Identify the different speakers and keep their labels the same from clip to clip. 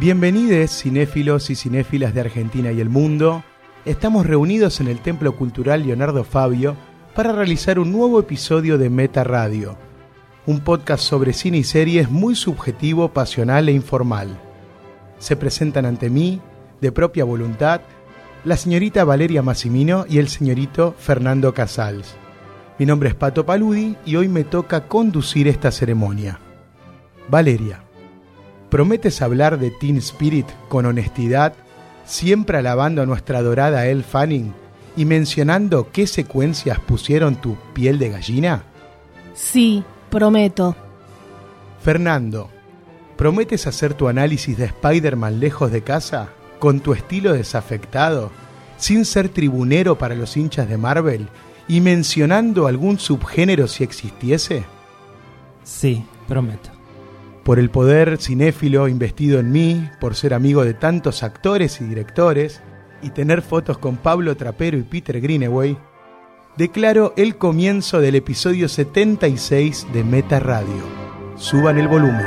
Speaker 1: Bienvenides cinéfilos y cinéfilas de Argentina y el mundo. Estamos reunidos en el Templo Cultural Leonardo Fabio para realizar un nuevo episodio de Meta Radio, un podcast sobre cine y series muy subjetivo, pasional e informal. Se presentan ante mí, de propia voluntad, la señorita Valeria Massimino y el señorito Fernando Casals. Mi nombre es Pato Paludi y hoy me toca conducir esta ceremonia. Valeria, ¿prometes hablar de Teen Spirit con honestidad, siempre alabando a nuestra adorada Elle Fanning y mencionando qué secuencias pusieron tu piel de gallina?
Speaker 2: Sí, prometo.
Speaker 1: Fernando, ¿prometes hacer tu análisis de Spider-Man lejos de casa con tu estilo desafectado, sin ser tribunero para los hinchas de Marvel y mencionando algún subgénero si existiese?
Speaker 3: Sí, prometo.
Speaker 1: Por el poder cinéfilo investido en mí, por ser amigo de tantos actores y directores, y tener fotos con Pablo Trapero y Peter Greenaway, declaro el comienzo del episodio 76 de Meta Radio. Suban el volumen.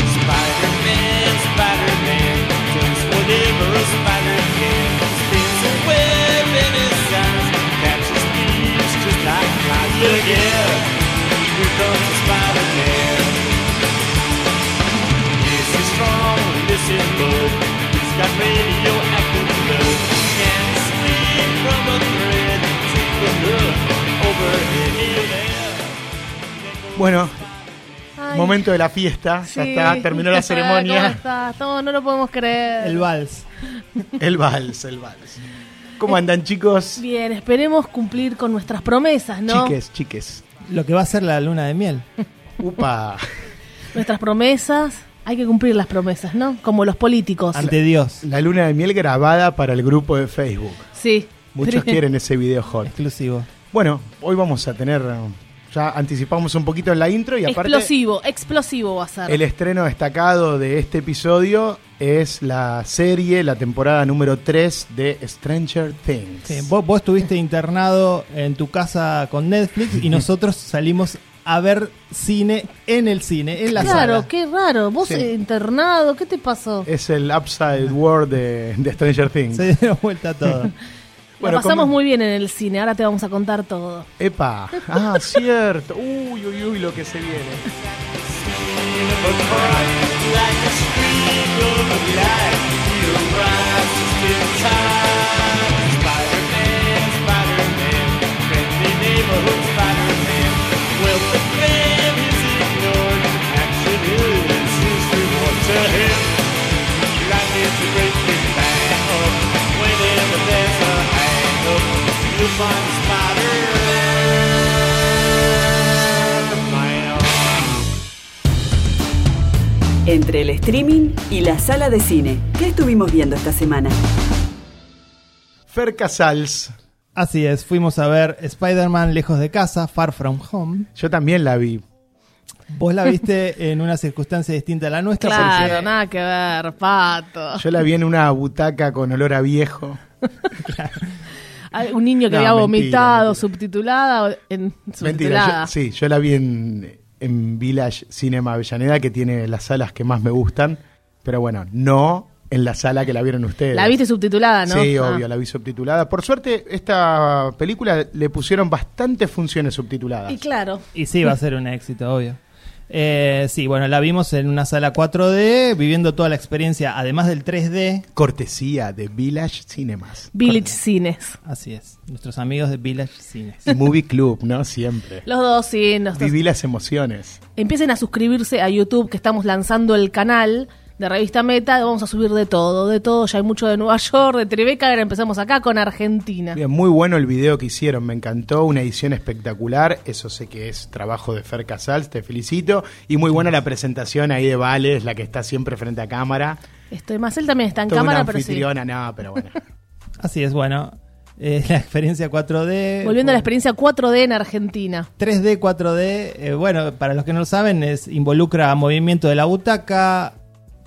Speaker 4: Spider-Man, Spider-Man, does whatever a spider can. Spins a web in his eyes, catches thieves just like flies. Look out, here comes the Spider-Man. Yes, he's strong, yes, he's bold. He's got radioactive blood. Can't escape from a threat. Take a look over here.
Speaker 1: Bueno, momento de la fiesta, ya está, terminó la
Speaker 2: ¿Cómo
Speaker 1: ceremonia.
Speaker 2: estás? No, no lo podemos creer.
Speaker 3: El vals.
Speaker 1: El vals, el vals. ¿Cómo andan chicos?
Speaker 2: Bien, esperemos cumplir con nuestras promesas, ¿no?
Speaker 1: Chiques, chiques.
Speaker 3: Lo que va a ser la luna de miel.
Speaker 1: Upa.
Speaker 2: Nuestras promesas, hay que cumplir las promesas, ¿no? Como los políticos.
Speaker 3: Ante Dios.
Speaker 1: La luna de miel grabada para el grupo de Facebook.
Speaker 2: Sí.
Speaker 1: Muchos quieren ese video hot.
Speaker 3: Exclusivo.
Speaker 1: Bueno, hoy vamos a tener, ya anticipamos un poquito en la intro y aparte
Speaker 2: Explosivo, explosivo va a ser.
Speaker 1: el estreno destacado de este episodio es la serie, la temporada número 3 de Stranger Things.
Speaker 3: Sí, vos, vos estuviste internado en tu casa con Netflix y nosotros salimos a ver cine en el cine, en la
Speaker 2: claro,
Speaker 3: sala.
Speaker 2: qué raro. Vos
Speaker 1: Sí. Eh,
Speaker 2: eh, internado, ¿qué te pasó?
Speaker 1: Es el Upside World de, de Stranger Things.
Speaker 3: Se dieron vuelta todo.
Speaker 1: bueno,
Speaker 2: la pasamos
Speaker 1: ¿cómo?
Speaker 2: muy bien en el cine, ahora te vamos a contar todo.
Speaker 1: Epa, ah, cierto. Uy, uy, uy, lo que se viene.
Speaker 4: Spider-Man.
Speaker 5: Entre el streaming y la sala de cine, ¿qué estuvimos viendo esta semana?
Speaker 1: Fer Casals.
Speaker 3: Así es, fuimos a ver Spider-Man lejos de casa, Far From Home.
Speaker 1: Yo también la vi.
Speaker 3: Vos la viste en una circunstancia distinta a la nuestra.
Speaker 2: Claro, nada que ver, pato.
Speaker 1: Yo la vi en una butaca con olor a viejo.
Speaker 2: Hay Ah, Un niño que
Speaker 1: No,
Speaker 2: había
Speaker 1: mentira,
Speaker 2: vomitado,
Speaker 1: mentira.
Speaker 2: subtitulada, o- en, subtitulada.
Speaker 1: Mentira, yo- sí, yo la vi en, en Village Cinema Avellaneda, que tiene las salas que más me gustan, pero bueno, no en la sala que la vieron ustedes.
Speaker 2: La viste subtitulada, ¿no?
Speaker 1: Sí,
Speaker 2: Ah.
Speaker 1: obvio, la vi subtitulada. Por suerte, esta película le pusieron bastantes funciones subtituladas.
Speaker 2: Y claro,
Speaker 3: Y sí, va a ser un éxito, obvio. Eh, sí, bueno, la vimos en una sala 4D, viviendo toda la experiencia, además del 3D.
Speaker 1: Cortesía de Village Cinemas.
Speaker 2: Village Cines.
Speaker 3: Así es, nuestros amigos de Village Cines.
Speaker 1: Y Movie Club, ¿no? Siempre.
Speaker 2: Los dos, sí. nos-
Speaker 1: Viví las emociones.
Speaker 2: Empiecen a suscribirse a YouTube, que estamos lanzando el canal de Revista Meta. Vamos a subir de todo, de todo. Ya hay mucho de Nueva York, de Tribeca. Ahora empezamos acá con Argentina.
Speaker 1: Bien, muy bueno el video que hicieron, me encantó, una edición espectacular, eso sé que es trabajo de Fer Casals, te felicito, y muy buena la presentación ahí de Vales, la que está siempre frente a cámara.
Speaker 2: Estoy más, él también está en
Speaker 1: Toda
Speaker 2: cámara,
Speaker 1: una
Speaker 2: pero sí.
Speaker 1: anfitriona, no, pero bueno.
Speaker 3: Así es, bueno, eh, la experiencia 4D.
Speaker 2: Volviendo a la
Speaker 3: bueno,
Speaker 2: experiencia 4D en Argentina.
Speaker 3: 3D, 4D, eh, bueno, para los que no lo saben, es, involucra movimiento de la butaca,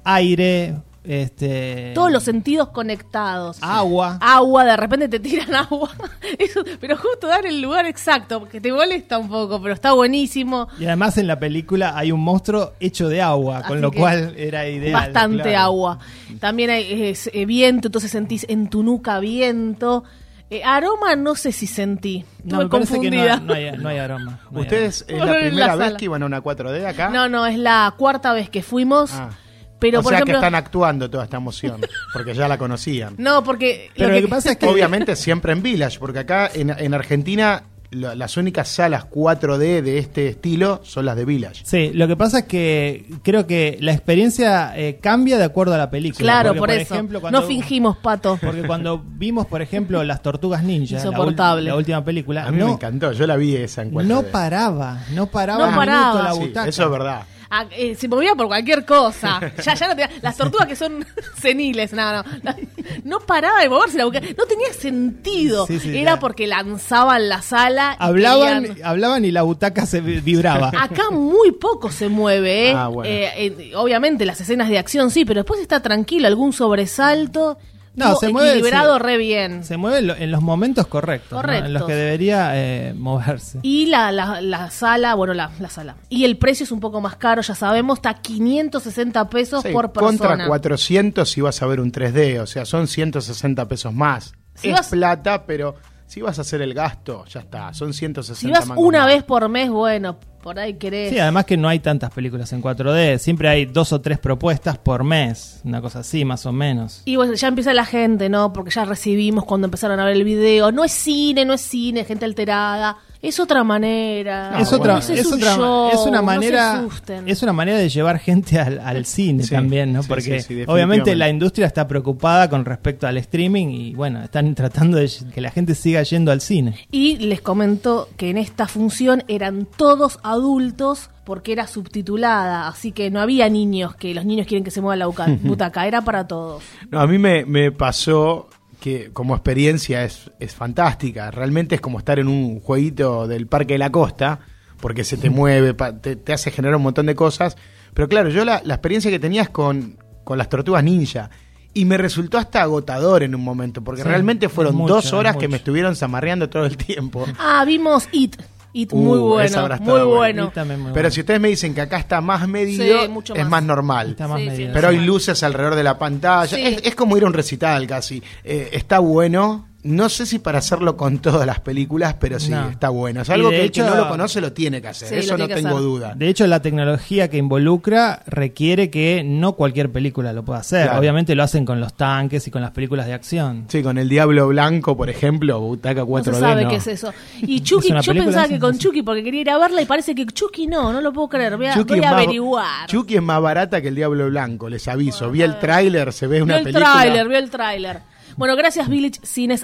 Speaker 3: aire, este,
Speaker 1: Eh.
Speaker 2: Todos los sentidos Ah. conectados.
Speaker 1: Ah,
Speaker 3: agua.
Speaker 2: Agua, de repente te tiran agua. Eso, pero justo dar el lugar exacto, porque te molesta un poco, pero está buenísimo.
Speaker 3: Y además en la película hay un monstruo hecho de agua,
Speaker 2: Así
Speaker 3: con lo
Speaker 2: que
Speaker 3: cual era ideal.
Speaker 2: Bastante
Speaker 3: claro.
Speaker 2: agua. También hay es, eh, viento, entonces sentís en tu nuca viento. Eh, aroma no sé si sentí.
Speaker 3: No,
Speaker 2: Estuve
Speaker 3: me parece que
Speaker 2: confundida.
Speaker 3: no, no hay, no hay aroma. no hay
Speaker 1: Ustedes es
Speaker 2: Ahora
Speaker 1: la
Speaker 2: en la
Speaker 1: primera vez
Speaker 2: sala.
Speaker 1: que iban a una 4D acá.
Speaker 2: no, no, es la cuarta vez que fuimos.
Speaker 1: Ah.
Speaker 2: Pero
Speaker 1: o
Speaker 2: por
Speaker 1: sea
Speaker 2: ejemplo.
Speaker 1: que están actuando toda esta emoción, porque ya la conocían.
Speaker 2: No, porque.
Speaker 3: Pero lo que pasa es que-
Speaker 1: Obviamente siempre en Village, porque acá en, en Argentina la- las únicas salas 4D de este estilo son las de Village.
Speaker 3: Sí, lo que pasa es que creo que la experiencia eh, cambia de acuerdo a la película.
Speaker 2: Claro,
Speaker 3: Porque,
Speaker 2: por, eso.
Speaker 3: ejemplo, cuando-
Speaker 2: No fingimos, pato.
Speaker 3: Porque cuando vimos, por ejemplo, Las Tortugas Ninja, la ul-
Speaker 2: Insoportable.
Speaker 3: La, última película,
Speaker 1: A mí
Speaker 3: no,
Speaker 1: me encantó, yo la vi esa en 4D.
Speaker 3: no paraba, no paraba
Speaker 2: No
Speaker 3: un minuto
Speaker 2: paraba.
Speaker 3: la
Speaker 2: Sí,
Speaker 3: butaca.
Speaker 1: Sí, eso es verdad.
Speaker 2: Ah, eh, se movía por cualquier cosa. Ya, ya no tenía- Las tortugas que son seniles, no, no. No, no paraba de moverse la boca. No tenía sentido.
Speaker 3: Sí, sí,
Speaker 2: Era
Speaker 3: la-
Speaker 2: porque lanzaban la sala. y
Speaker 3: Hablaban,
Speaker 2: querían-
Speaker 3: hablaban y la butaca se vi- vibraba.
Speaker 2: Acá muy poco se mueve, ¿eh?
Speaker 1: Ah, bueno.
Speaker 2: Eh, eh, obviamente las escenas de acción sí, pero después está tranquilo, algún sobresalto.
Speaker 3: No,
Speaker 2: Estuvo
Speaker 3: se mueve,
Speaker 2: Equilibrado
Speaker 3: se-
Speaker 2: re bien.
Speaker 3: Se mueve en lo- en los momentos correctos, ¿no? en los
Speaker 2: Correctos.
Speaker 3: que debería eh, moverse.
Speaker 2: Y la, la- la sala, bueno, la, la sala. Y el precio es un poco más caro, ya sabemos, está 560 pesos
Speaker 1: Sí,
Speaker 2: por
Speaker 1: Contra
Speaker 2: persona.
Speaker 1: 400 si vas a ver un 3D, o sea, son 160 pesos más.
Speaker 2: Si
Speaker 1: es
Speaker 2: vas-
Speaker 1: plata, pero si vas a hacer el gasto, ya está, son 160
Speaker 2: Si vas
Speaker 1: mangos
Speaker 2: una
Speaker 1: más.
Speaker 2: vez por mes, bueno, por ahí querés.
Speaker 3: Sí, además que no hay tantas películas en 4D, siempre hay dos o tres propuestas por mes, una cosa así, más o menos.
Speaker 2: Y bueno, ya empieza la gente, ¿no? Porque ya recibimos cuando empezaron a ver el video. No es cine, no es cine, gente alterada. Es otra manera.
Speaker 1: Ah,
Speaker 3: es
Speaker 1: bueno.
Speaker 3: otra,
Speaker 2: Ese
Speaker 3: es,
Speaker 2: un
Speaker 3: otra-
Speaker 2: show,
Speaker 3: es una
Speaker 2: no se
Speaker 3: manera,
Speaker 2: asusten.
Speaker 3: es una manera de llevar gente al, al cine
Speaker 1: Sí,
Speaker 3: también, ¿no?
Speaker 1: sí,
Speaker 3: Porque
Speaker 1: sí, sí, definitivamente.
Speaker 3: obviamente la industria está preocupada con respecto al streaming y bueno, están tratando de que la gente siga yendo al cine.
Speaker 2: Y les comento que en esta función eran todos adultos porque era subtitulada, así que no había niños que los niños quieren que se mueva la buca- butaca, era para todos.
Speaker 1: No, a mí me, me pasó que como experiencia es, es fantástica. Realmente es como estar en un jueguito del Parque de la Costa, porque se te mueve, pa- te, te hace generar un montón de cosas. Pero claro, yo la, la experiencia que tenías con, con las tortugas ninja. Y me resultó hasta agotador en un momento, porque
Speaker 3: Sí,
Speaker 1: realmente
Speaker 3: es
Speaker 1: fueron
Speaker 3: mucho,
Speaker 1: dos horas
Speaker 3: es
Speaker 1: que me
Speaker 3: mucho.
Speaker 1: estuvieron zamarreando todo el tiempo.
Speaker 2: Ah, vimos It. It,
Speaker 1: Uh,
Speaker 2: muy
Speaker 1: esa
Speaker 2: bueno,
Speaker 1: habrá
Speaker 2: muy
Speaker 1: estado
Speaker 2: bueno.
Speaker 3: buena. También muy
Speaker 1: Pero
Speaker 3: bueno.
Speaker 1: si ustedes me dicen que acá está más medido,
Speaker 2: Sí, mucho
Speaker 1: es
Speaker 2: más.
Speaker 1: más normal.
Speaker 3: Está más
Speaker 2: Sí, sí,
Speaker 3: medida.
Speaker 1: Pero hay
Speaker 2: Sí.
Speaker 1: luces alrededor de la pantalla.
Speaker 2: Sí.
Speaker 1: Es, es como ir a un recital casi. Eh, está bueno. No sé si para hacerlo con todas las películas, pero sí,
Speaker 3: No.
Speaker 1: está bueno. Es
Speaker 3: Y
Speaker 1: algo
Speaker 3: de
Speaker 1: que el
Speaker 3: hecho-
Speaker 1: que no lo conoce lo tiene que hacer.
Speaker 2: Sí,
Speaker 1: Eso
Speaker 2: lo
Speaker 1: no
Speaker 2: tiene que
Speaker 1: tengo
Speaker 2: hacer.
Speaker 1: duda.
Speaker 3: De hecho, la tecnología que involucra requiere que no cualquier película lo pueda hacer.
Speaker 1: Claro.
Speaker 3: Obviamente lo hacen con los tanques y con las películas de acción.
Speaker 1: Sí, con el Diablo Blanco, por ejemplo, Butaca 4D.
Speaker 2: no se sabe
Speaker 1: no.
Speaker 2: qué es eso. Y Chucky,
Speaker 3: Es una
Speaker 2: yo
Speaker 3: película,
Speaker 2: pensaba
Speaker 3: sí,
Speaker 2: que con
Speaker 3: sí.
Speaker 2: Chucky, porque quería ir a verla y parece que Chucky no, no lo puedo creer. Voy a,
Speaker 1: Chucky
Speaker 2: voy a
Speaker 1: es más-
Speaker 2: averiguar.
Speaker 1: Chucky es más barata que el Diablo Blanco, les aviso. Vi el tráiler, se ve
Speaker 2: vio
Speaker 1: una
Speaker 2: el
Speaker 1: película.
Speaker 2: tráiler, vio el tráiler. Bueno, gracias Village Cines.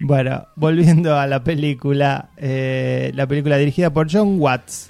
Speaker 3: Bueno, volviendo a la película, eh, la película dirigida por John Watts,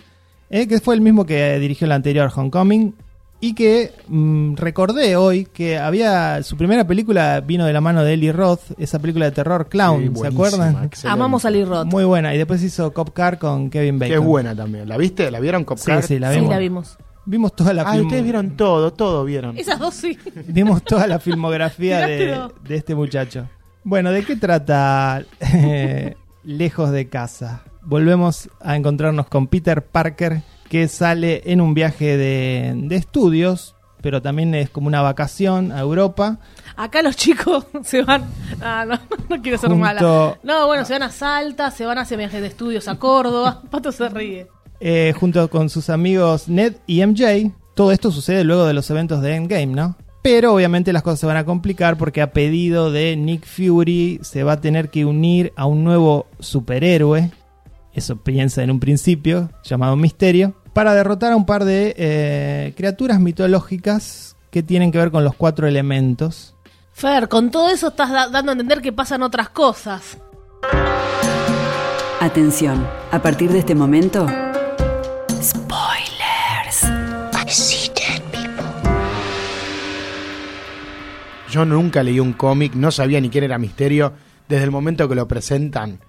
Speaker 3: eh, que fue el mismo que dirigió la anterior Homecoming y que mm, recordé hoy que había su primera película vino de la mano de Eli Roth, esa película de terror Clown,
Speaker 1: Sí,
Speaker 3: ¿se
Speaker 1: buenísima,
Speaker 3: acuerdan?
Speaker 1: excelente.
Speaker 2: Amamos a Lee Roth.
Speaker 3: Muy buena y después hizo Cop Car con Kevin
Speaker 1: Que
Speaker 3: Bacon.
Speaker 1: es buena también. ¿La viste? ¿La vieron Cop
Speaker 3: Sí,
Speaker 1: Car?
Speaker 3: sí, la
Speaker 2: sí,
Speaker 3: vimos.
Speaker 2: la vimos.
Speaker 3: Vimos toda la
Speaker 1: Ah,
Speaker 3: film-
Speaker 1: ustedes vieron todo, todo vieron.
Speaker 2: Esas dos sí.
Speaker 3: Vimos toda la filmografía de,
Speaker 2: Mirátelo.
Speaker 3: de este muchacho. Bueno, ¿de qué trata eh, Lejos de casa? Volvemos a encontrarnos con Peter Parker, que sale en un viaje de, de estudios, pero también es como una vacación a Europa.
Speaker 2: Acá los chicos se van. Ah, no, no quiero ser
Speaker 3: Junto-
Speaker 2: mala. No, bueno, se van a Salta, se van a hacer viajes de estudios a Córdoba. Pato se ríe.
Speaker 3: eh, junto con sus amigos Ned y MJ. Todo esto sucede luego de los eventos de Endgame, ¿no? Pero obviamente las cosas se van a complicar porque a pedido de Nick Fury se va a tener que unir a un nuevo superhéroe, eso piensa en un principio, llamado Misterio, para derrotar a un par de eh, criaturas mitológicas que tienen que ver con los cuatro elementos.
Speaker 2: Fer, con todo eso estás da- dando a entender que pasan otras cosas.
Speaker 5: Atención, a partir de este momento... Spoilers.
Speaker 1: Yo nunca leí un cómic, no sabía ni quién era Misterio. Desde el momento que lo presentan,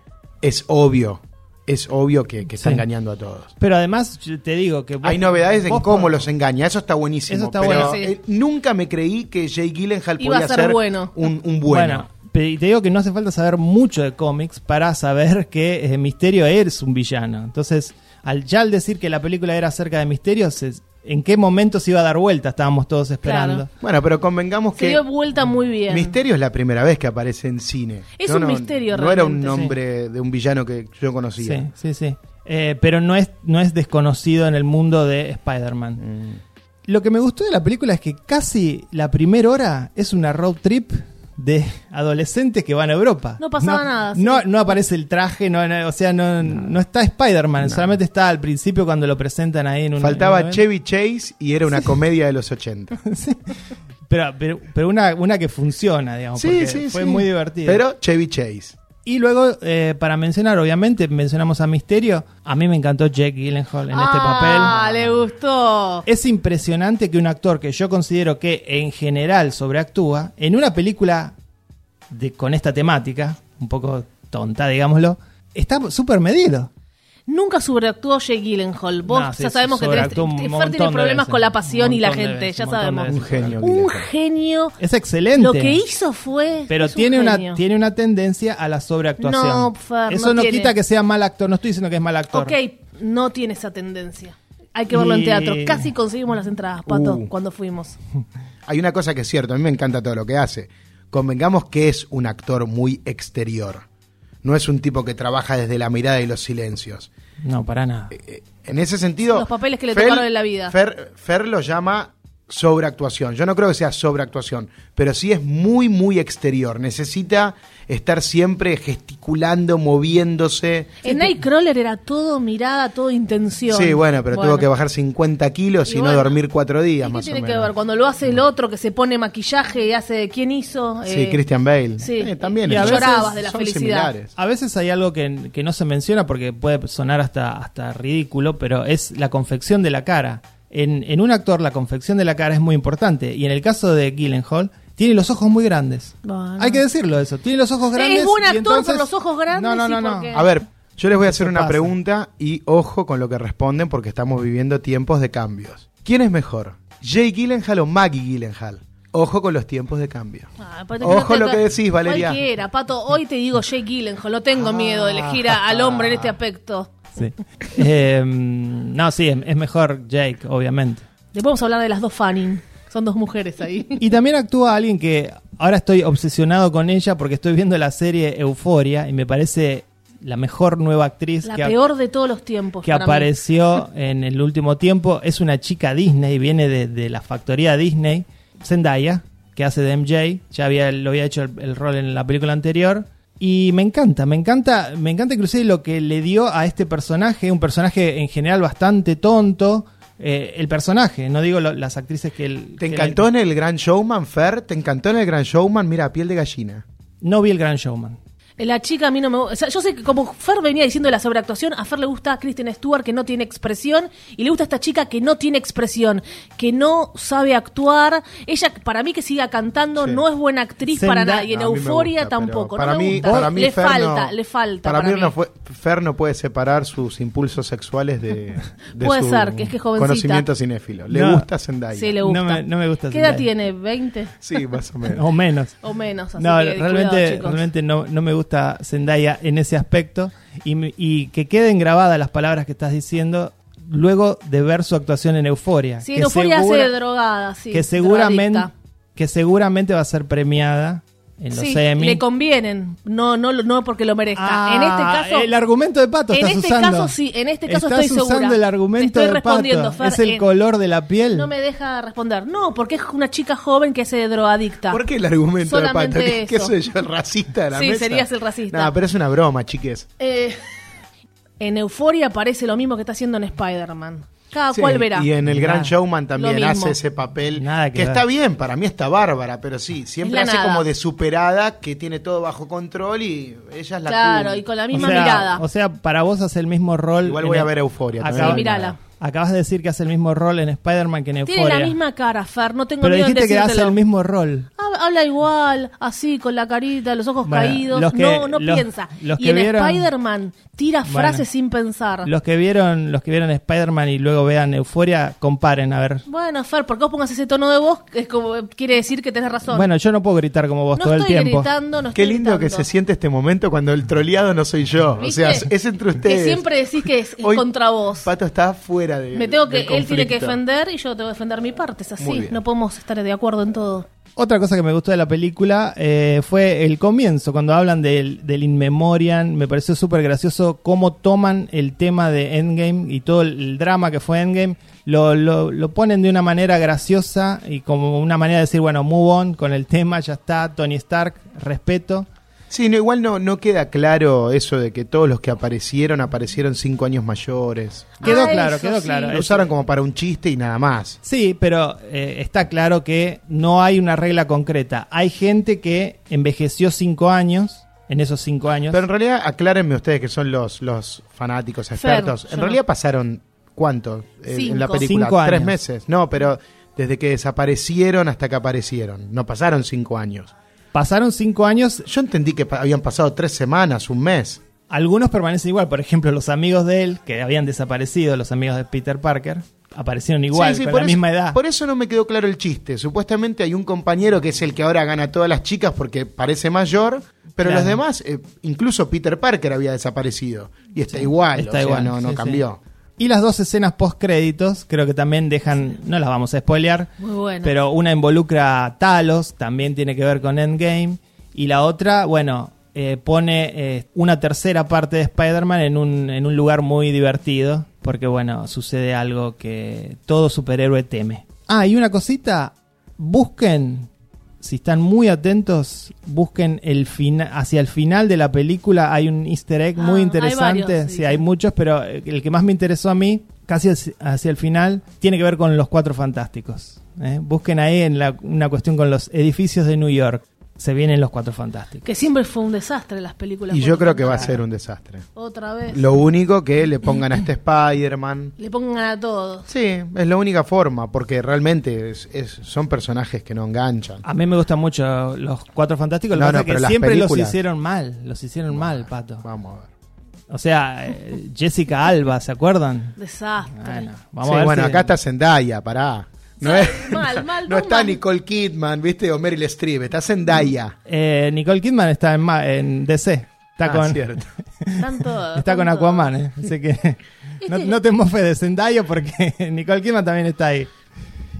Speaker 1: es obvio, es obvio que, que está
Speaker 3: Sí.
Speaker 1: engañando a todos.
Speaker 3: Pero además, yo te digo que... vos-
Speaker 1: Hay novedades en
Speaker 3: vos
Speaker 1: cómo
Speaker 3: por-
Speaker 1: los engaña, eso está buenísimo.
Speaker 3: Eso está
Speaker 1: pero
Speaker 2: bueno, sí.
Speaker 1: eh, nunca me creí que Jay Gyllenhaal
Speaker 2: Iba a
Speaker 1: podía
Speaker 2: ser bueno.
Speaker 1: un, un
Speaker 3: Bueno,
Speaker 1: bueno.
Speaker 3: pe- y te digo que no hace falta saber mucho de cómics para saber que eh, Misterio es un villano. Entonces, al ya al decir que la película era acerca de Misterio, se- ¿en qué momento se iba a dar vuelta? Estábamos todos esperando.
Speaker 1: Bueno, pero convengamos
Speaker 2: Se
Speaker 1: que
Speaker 2: dio vuelta muy bien.
Speaker 1: Misterio es la primera vez que aparece en cine.
Speaker 2: Es
Speaker 1: Yo
Speaker 2: un
Speaker 1: no-
Speaker 2: misterio
Speaker 1: No era un
Speaker 2: realmente,
Speaker 3: sí.
Speaker 1: nombre de un villano que yo conocía.
Speaker 3: Sí, sí, sí. Eh, pero no es, no es desconocido en el mundo de Spider-Man. Lo que me gustó de la película es que casi la primera hora es una road trip de adolescentes que van a Europa.
Speaker 2: No pasaba nada, sí.
Speaker 3: No, no aparece el traje, no, no, o sea, no, no está Spider-Man, solamente está al principio cuando lo presentan ahí en un...
Speaker 1: Faltaba
Speaker 3: en un evento.
Speaker 1: Chevy Chase y era una comedia de los 80.
Speaker 3: Pero, pero, pero una, una que funciona, digamos. porque fue muy divertido.
Speaker 1: Pero Chevy Chase.
Speaker 3: Y luego, eh, para mencionar, obviamente, mencionamos a Misterio. A mí me encantó Jack Gyllenhaal en este papel.
Speaker 2: Ah, le gustó.
Speaker 3: Es impresionante que un actor que yo considero que en general sobreactúa, en una película de, con esta temática, un poco tonta, digámoslo, está súper medido.
Speaker 2: Nunca sobreactuó Jay Gyllenhaal. Vos
Speaker 3: No, sí,
Speaker 2: ya sabemos que tenés,
Speaker 3: sobreactúa un
Speaker 2: Fer
Speaker 3: montón
Speaker 2: tiene
Speaker 3: de
Speaker 2: problemas
Speaker 3: veces,
Speaker 2: con la
Speaker 3: un
Speaker 2: pasión y la
Speaker 3: montón de
Speaker 2: gente,
Speaker 3: veces,
Speaker 2: ya
Speaker 3: un montón de
Speaker 2: sabemos.
Speaker 1: Un
Speaker 3: veces.
Speaker 1: genio.
Speaker 2: Un
Speaker 1: Gyllenhaal.
Speaker 2: genio.
Speaker 3: Es excelente.
Speaker 2: Lo que hizo fue.
Speaker 3: Pero
Speaker 2: es un
Speaker 3: tiene una,
Speaker 2: genio.
Speaker 3: tiene una tendencia a la sobreactuación.
Speaker 2: No, Fer,
Speaker 3: Eso
Speaker 2: no
Speaker 3: no
Speaker 2: tiene.
Speaker 3: quita que sea mal actor. No estoy diciendo que es mal actor.
Speaker 2: Ok, no tiene esa tendencia. Hay que verlo en
Speaker 3: Y-
Speaker 2: teatro. Casi conseguimos las entradas, Pato,
Speaker 1: Uh.
Speaker 2: cuando fuimos.
Speaker 1: Hay una cosa que es cierto, a mí me encanta todo lo que hace. Convengamos que es un actor muy exterior. No es un tipo que trabaja desde la mirada y los silencios.
Speaker 3: No, para nada.
Speaker 1: Eh, en ese sentido.
Speaker 2: Los papeles que le tocaron en la vida.
Speaker 1: Fer, Fer lo llama sobreactuación. Yo no creo que sea sobreactuación, pero sí es muy, muy exterior. Necesita estar siempre gesticulando, moviéndose.
Speaker 2: En Nightcrawler era todo mirada, todo intención.
Speaker 1: Sí, bueno, pero tuvo que bajar 50 kilos y,
Speaker 2: Y
Speaker 1: no
Speaker 2: bueno.
Speaker 1: dormir cuatro
Speaker 2: ¿Y
Speaker 1: días,
Speaker 2: ¿Qué
Speaker 1: más
Speaker 2: tiene
Speaker 1: o
Speaker 2: que ver?
Speaker 1: menos. Mm.
Speaker 2: Cuando lo hace el otro que se pone maquillaje y hace. ¿Quién hizo?
Speaker 1: Sí,
Speaker 2: Eh,
Speaker 1: Christian Bale.
Speaker 2: sí.
Speaker 1: Eh, también.
Speaker 3: Y a
Speaker 1: eh,
Speaker 3: veces
Speaker 2: llorabas de la
Speaker 1: son
Speaker 2: felicidad.
Speaker 1: similares.
Speaker 3: A veces hay algo que, que no se menciona porque puede sonar hasta, hasta ridículo, pero es la confección de la cara. En, en un actor la confección de la cara es muy importante y en el caso de Gyllenhaal tiene los ojos muy grandes.
Speaker 2: Bueno.
Speaker 3: Hay que decirlo eso. Tiene los ojos
Speaker 2: Es
Speaker 3: grandes.
Speaker 2: buen
Speaker 3: y
Speaker 2: actor con
Speaker 3: entonces-
Speaker 2: los ojos grandes
Speaker 3: No, no,
Speaker 2: y
Speaker 3: no, no.
Speaker 2: porque-
Speaker 1: A ver, yo les voy a hacer una
Speaker 3: pasa.
Speaker 1: pregunta y ojo con lo que responden porque estamos viviendo tiempos de cambios. ¿Quién es mejor? ¿Jay Gyllenhaal o Maggie Gyllenhaal? Ojo con los tiempos de cambio.
Speaker 2: Ah, Pato,
Speaker 1: Ojo
Speaker 2: no
Speaker 1: lo que decís, Valeria. Ah.
Speaker 2: Cualquiera, Pato. Hoy te digo Jake Gyllenhaal. No tengo miedo de elegir a- al hombre en este aspecto.
Speaker 3: Sí. Eh, no, sí, es, es mejor Jake, obviamente.
Speaker 2: Le podemos hablar de las dos Fanning. Son dos mujeres ahí.
Speaker 3: Y también actúa alguien que ahora estoy obsesionado con ella porque estoy viendo la serie Euforia y me parece la mejor nueva actriz
Speaker 2: La
Speaker 3: que ha-
Speaker 2: peor de todos los tiempos.
Speaker 3: que
Speaker 2: para mí.
Speaker 3: apareció en el último tiempo. Es una chica Disney, viene de, de la factoría Disney, Zendaya, que hace de MJ. Ya había, lo había hecho el, el rol en la película anterior. Y me encanta, me encanta, me encanta inclusive lo que le dio a este personaje, un personaje en general bastante tonto. eh, el personaje, no digo lo- las actrices que... el-
Speaker 1: ¿Te
Speaker 3: que
Speaker 1: encantó en el Gran Showman, Fer? ¿Te encantó en el Gran Showman? Mira, piel de gallina.
Speaker 3: no vi el Gran Showman.
Speaker 2: Eh, La chica a mí no me gusta. O sea, yo sé que como Fer venía diciendo de la sobreactuación, a Fer le gusta a Kristen Stewart que no tiene expresión y le gusta a esta chica que no tiene expresión, que no sabe actuar. Ella, para mí que siga cantando,
Speaker 1: Sí.
Speaker 2: no es buena actriz
Speaker 3: Zenda-
Speaker 2: para nada y en
Speaker 1: A mí me
Speaker 2: euforia
Speaker 1: gusta, pero
Speaker 2: tampoco.
Speaker 1: Para
Speaker 2: no me
Speaker 1: mí,
Speaker 2: gusta.
Speaker 1: para mí
Speaker 2: le
Speaker 1: Fer
Speaker 2: falta,
Speaker 1: no-
Speaker 2: le falta.
Speaker 1: Para, mí,
Speaker 2: mí.
Speaker 1: no fue- Fer no puede separar sus impulsos sexuales de, de
Speaker 2: Puede
Speaker 1: su
Speaker 2: ser, que es que es jovencita.
Speaker 1: conocimiento cinéfilo. Le
Speaker 3: No.
Speaker 1: gusta Zendaya.
Speaker 2: Sí, le gusta.
Speaker 3: No me- no me gusta
Speaker 2: ¿Qué edad
Speaker 3: Zendaya.
Speaker 2: tiene? ¿20?
Speaker 1: Sí, más o menos.
Speaker 3: O menos.
Speaker 2: O menos. Así
Speaker 3: No,
Speaker 2: que,
Speaker 3: realmente,
Speaker 2: cuidado, chicos.
Speaker 3: realmente no, no me gusta Zendaya en ese aspecto. Y, me- y que queden grabadas las palabras que estás diciendo luego de ver su actuación en Euforia.
Speaker 2: Sí,
Speaker 3: que
Speaker 2: en euforia
Speaker 3: segura-
Speaker 2: hace drogada, sí.
Speaker 3: que seguramente
Speaker 2: drogadicta.
Speaker 3: que seguramente va a ser premiada en los
Speaker 2: Sí,
Speaker 3: Emmy.
Speaker 2: le convienen, no, no, no porque lo merezca.
Speaker 3: Ah,
Speaker 2: en este caso,
Speaker 3: el argumento de Pato
Speaker 2: en
Speaker 3: estás
Speaker 2: este
Speaker 3: usando.
Speaker 2: caso sí, en este caso
Speaker 3: Estás
Speaker 2: estoy segura.
Speaker 3: usando el
Speaker 2: Te
Speaker 3: argumento
Speaker 2: estoy
Speaker 3: de Pato.
Speaker 2: respondiendo, Fer,
Speaker 3: es el
Speaker 2: en-
Speaker 3: color de la piel.
Speaker 2: no me deja responder. No, porque es una chica joven que se drogadicta.
Speaker 1: ¿Por qué el argumento
Speaker 2: Solamente
Speaker 1: de Pato? ¿Qué, qué
Speaker 2: eso.
Speaker 1: soy yo, el racista de la
Speaker 2: Sí,
Speaker 1: mesa?
Speaker 2: serías el racista.
Speaker 1: No, pero es una broma, chiques.
Speaker 2: Eh, en Euforia parece lo mismo que está haciendo en Spider-Man. Cada
Speaker 1: Sí,
Speaker 2: cual Ah, verá.
Speaker 1: Y en el Gran
Speaker 3: Nada.
Speaker 1: Showman también
Speaker 2: Lo mismo.
Speaker 1: hace ese papel.
Speaker 3: Nada que
Speaker 1: que
Speaker 3: ver.
Speaker 1: está bien, para mí está bárbara, pero sí, siempre
Speaker 2: Es la
Speaker 1: hace
Speaker 2: nada.
Speaker 1: como de superada, que tiene todo bajo control y ella es la
Speaker 2: Claro,
Speaker 1: cool.
Speaker 2: y con la
Speaker 3: O
Speaker 2: misma
Speaker 3: sea-
Speaker 2: mirada.
Speaker 3: O sea, para vos hace el mismo rol.
Speaker 1: Igual
Speaker 3: en
Speaker 1: voy a
Speaker 3: el-
Speaker 1: ver Euforia.
Speaker 3: Acá-
Speaker 1: también.
Speaker 2: Sí, mírala.
Speaker 3: Acabas de decir que hace el mismo rol en Spider-Man que en
Speaker 2: Tiene
Speaker 3: Euphoria.
Speaker 2: la misma cara, Fer, no tengo
Speaker 3: Pero
Speaker 2: miedo en
Speaker 3: dijiste que hace
Speaker 2: decírtelo.
Speaker 3: el mismo rol.
Speaker 2: Hab- Habla igual, así, con la carita, los ojos
Speaker 3: Bueno,
Speaker 2: caídos.
Speaker 3: los que-
Speaker 2: no, no
Speaker 3: los-
Speaker 2: piensa.
Speaker 3: los
Speaker 2: y
Speaker 3: que
Speaker 2: en
Speaker 3: vieron-
Speaker 2: Spider-Man tira
Speaker 3: Bueno.
Speaker 2: frases sin pensar.
Speaker 3: Los que vieron, los que vieron Spider-Man y luego vean Euforia, comparen a ver.
Speaker 2: Bueno, Fer, porque vos pongas ese tono de voz, es como quiere decir que tenés razón.
Speaker 3: Bueno, yo no puedo gritar como vos
Speaker 2: no
Speaker 3: todo
Speaker 2: estoy
Speaker 3: el tiempo.
Speaker 2: gritando, no
Speaker 1: Qué
Speaker 2: estoy
Speaker 1: lindo que
Speaker 2: gritando.
Speaker 1: se siente este momento cuando el troleado no soy yo.
Speaker 2: ¿Viste?
Speaker 1: O sea, es entre ustedes.
Speaker 2: Que siempre decís que es, es
Speaker 1: Hoy
Speaker 2: contra vos.
Speaker 1: Pato está fuera de.
Speaker 2: Me tengo que,
Speaker 1: del
Speaker 2: él tiene que
Speaker 1: conflicto.
Speaker 2: defender y yo tengo que defender mi parte, es
Speaker 1: Muy
Speaker 2: así.
Speaker 1: bien.
Speaker 2: No podemos estar de acuerdo en todo.
Speaker 3: Otra cosa que me gustó de la película eh, fue el comienzo, cuando hablan del, del In Memoriam. Me pareció súper gracioso cómo toman el tema de Endgame y todo el, el drama que fue Endgame. Lo, lo- lo ponen de una manera graciosa y como una manera de decir, bueno, move on con el tema, ya está, Tony Stark, respeto.
Speaker 1: Sí, no, igual no, no queda claro eso de que todos los que aparecieron aparecieron cinco años mayores.
Speaker 3: Quedó
Speaker 2: Ah,
Speaker 3: claro,
Speaker 2: eso
Speaker 3: quedó
Speaker 2: sí.
Speaker 3: claro.
Speaker 1: Lo usaron como para un chiste y nada más.
Speaker 3: Sí, pero eh, está claro que no hay una regla concreta. Hay gente que envejeció cinco años, en esos cinco años.
Speaker 1: Pero en realidad, aclárenme ustedes que son los, los fanáticos expertos.
Speaker 2: yo
Speaker 1: en
Speaker 2: no.
Speaker 1: realidad pasaron, ¿cuánto? En, en la
Speaker 2: Cinco.
Speaker 1: película,
Speaker 3: Cinco
Speaker 1: tres
Speaker 3: años.
Speaker 1: meses. No, pero desde que desaparecieron hasta que aparecieron. No pasaron cinco años.
Speaker 3: pasaron cinco años
Speaker 1: Yo entendí que pa- habían pasado tres semanas, un mes.
Speaker 3: Algunos permanecen igual, por ejemplo, los amigos de él, que habían desaparecido, los amigos de Peter Parker, aparecieron igual,
Speaker 1: Sí, sí,
Speaker 3: con la
Speaker 1: eso,
Speaker 3: misma edad.
Speaker 1: Por eso no me quedó claro el chiste. Supuestamente hay un compañero que es el que ahora gana a todas las chicas porque parece mayor, pero
Speaker 3: Claro.
Speaker 1: los demás, eh, incluso Peter Parker había desaparecido. Y está igual,
Speaker 3: Está
Speaker 1: o sea,
Speaker 3: igual,
Speaker 1: no, no
Speaker 3: sí, sí.
Speaker 1: cambió.
Speaker 3: Y las dos escenas post créditos, creo que también dejan, no las vamos a spoilear,
Speaker 2: Muy buena.
Speaker 3: pero una involucra a Talos, también tiene que ver con Endgame, y la otra, bueno, eh, pone eh, una tercera parte de Spider-Man en un, en un lugar muy divertido, porque bueno, sucede algo que todo superhéroe teme. Ah, y una cosita, busquen, si están muy atentos, busquen el fina- hacia el final de la película hay un easter egg
Speaker 2: Ah,
Speaker 3: muy
Speaker 2: hay
Speaker 3: interesante,
Speaker 2: varios,
Speaker 3: sí,
Speaker 2: sí.
Speaker 3: hay muchos, pero eh, el que más me interesó a mí, casi hacia- hacia el final, tiene que ver con los cuatro fantásticos. ¿eh? Busquen ahí en la- una cuestión con los edificios de New York. Se vienen los cuatro fantásticos.
Speaker 2: Que siempre fue un desastre las películas.
Speaker 1: Y yo
Speaker 2: Cuando-
Speaker 1: creo que va a ser un desastre.
Speaker 2: Otra vez.
Speaker 1: Lo único que le pongan a este Spider-Man.
Speaker 2: Le pongan a todos.
Speaker 1: Sí, es la única forma, porque realmente es- es- son personajes que no enganchan.
Speaker 3: A mí me gustan mucho los cuatro fantásticos, lo
Speaker 1: No,
Speaker 3: que pasa
Speaker 1: no,
Speaker 3: es que
Speaker 1: pero las
Speaker 3: siempre los
Speaker 1: películas-
Speaker 3: hicieron mal, los hicieron mal, pato.
Speaker 1: Vamos a ver.
Speaker 3: O sea, eh, Jessica Alba, ¿se acuerdan?
Speaker 2: Desastre.
Speaker 3: Bueno, vamos
Speaker 1: Sí,
Speaker 3: a ver.
Speaker 1: bueno,
Speaker 3: si-
Speaker 1: acá está Zendaya, pará. No, es-
Speaker 2: Mal, mal,
Speaker 1: no
Speaker 2: vos
Speaker 1: está
Speaker 2: mal.
Speaker 1: Nicole Kidman, ¿viste? O Meryl Streep, está Zendaya.
Speaker 3: Eh, Nicole Kidman está en, ma- en DC. Está
Speaker 1: Ah,
Speaker 3: con,
Speaker 1: cierto.
Speaker 2: Están todos,
Speaker 3: Está con
Speaker 2: están todos.
Speaker 3: Aquaman, ¿eh? Así que no, no te mofes de Zendaya porque Nicole Kidman también está ahí.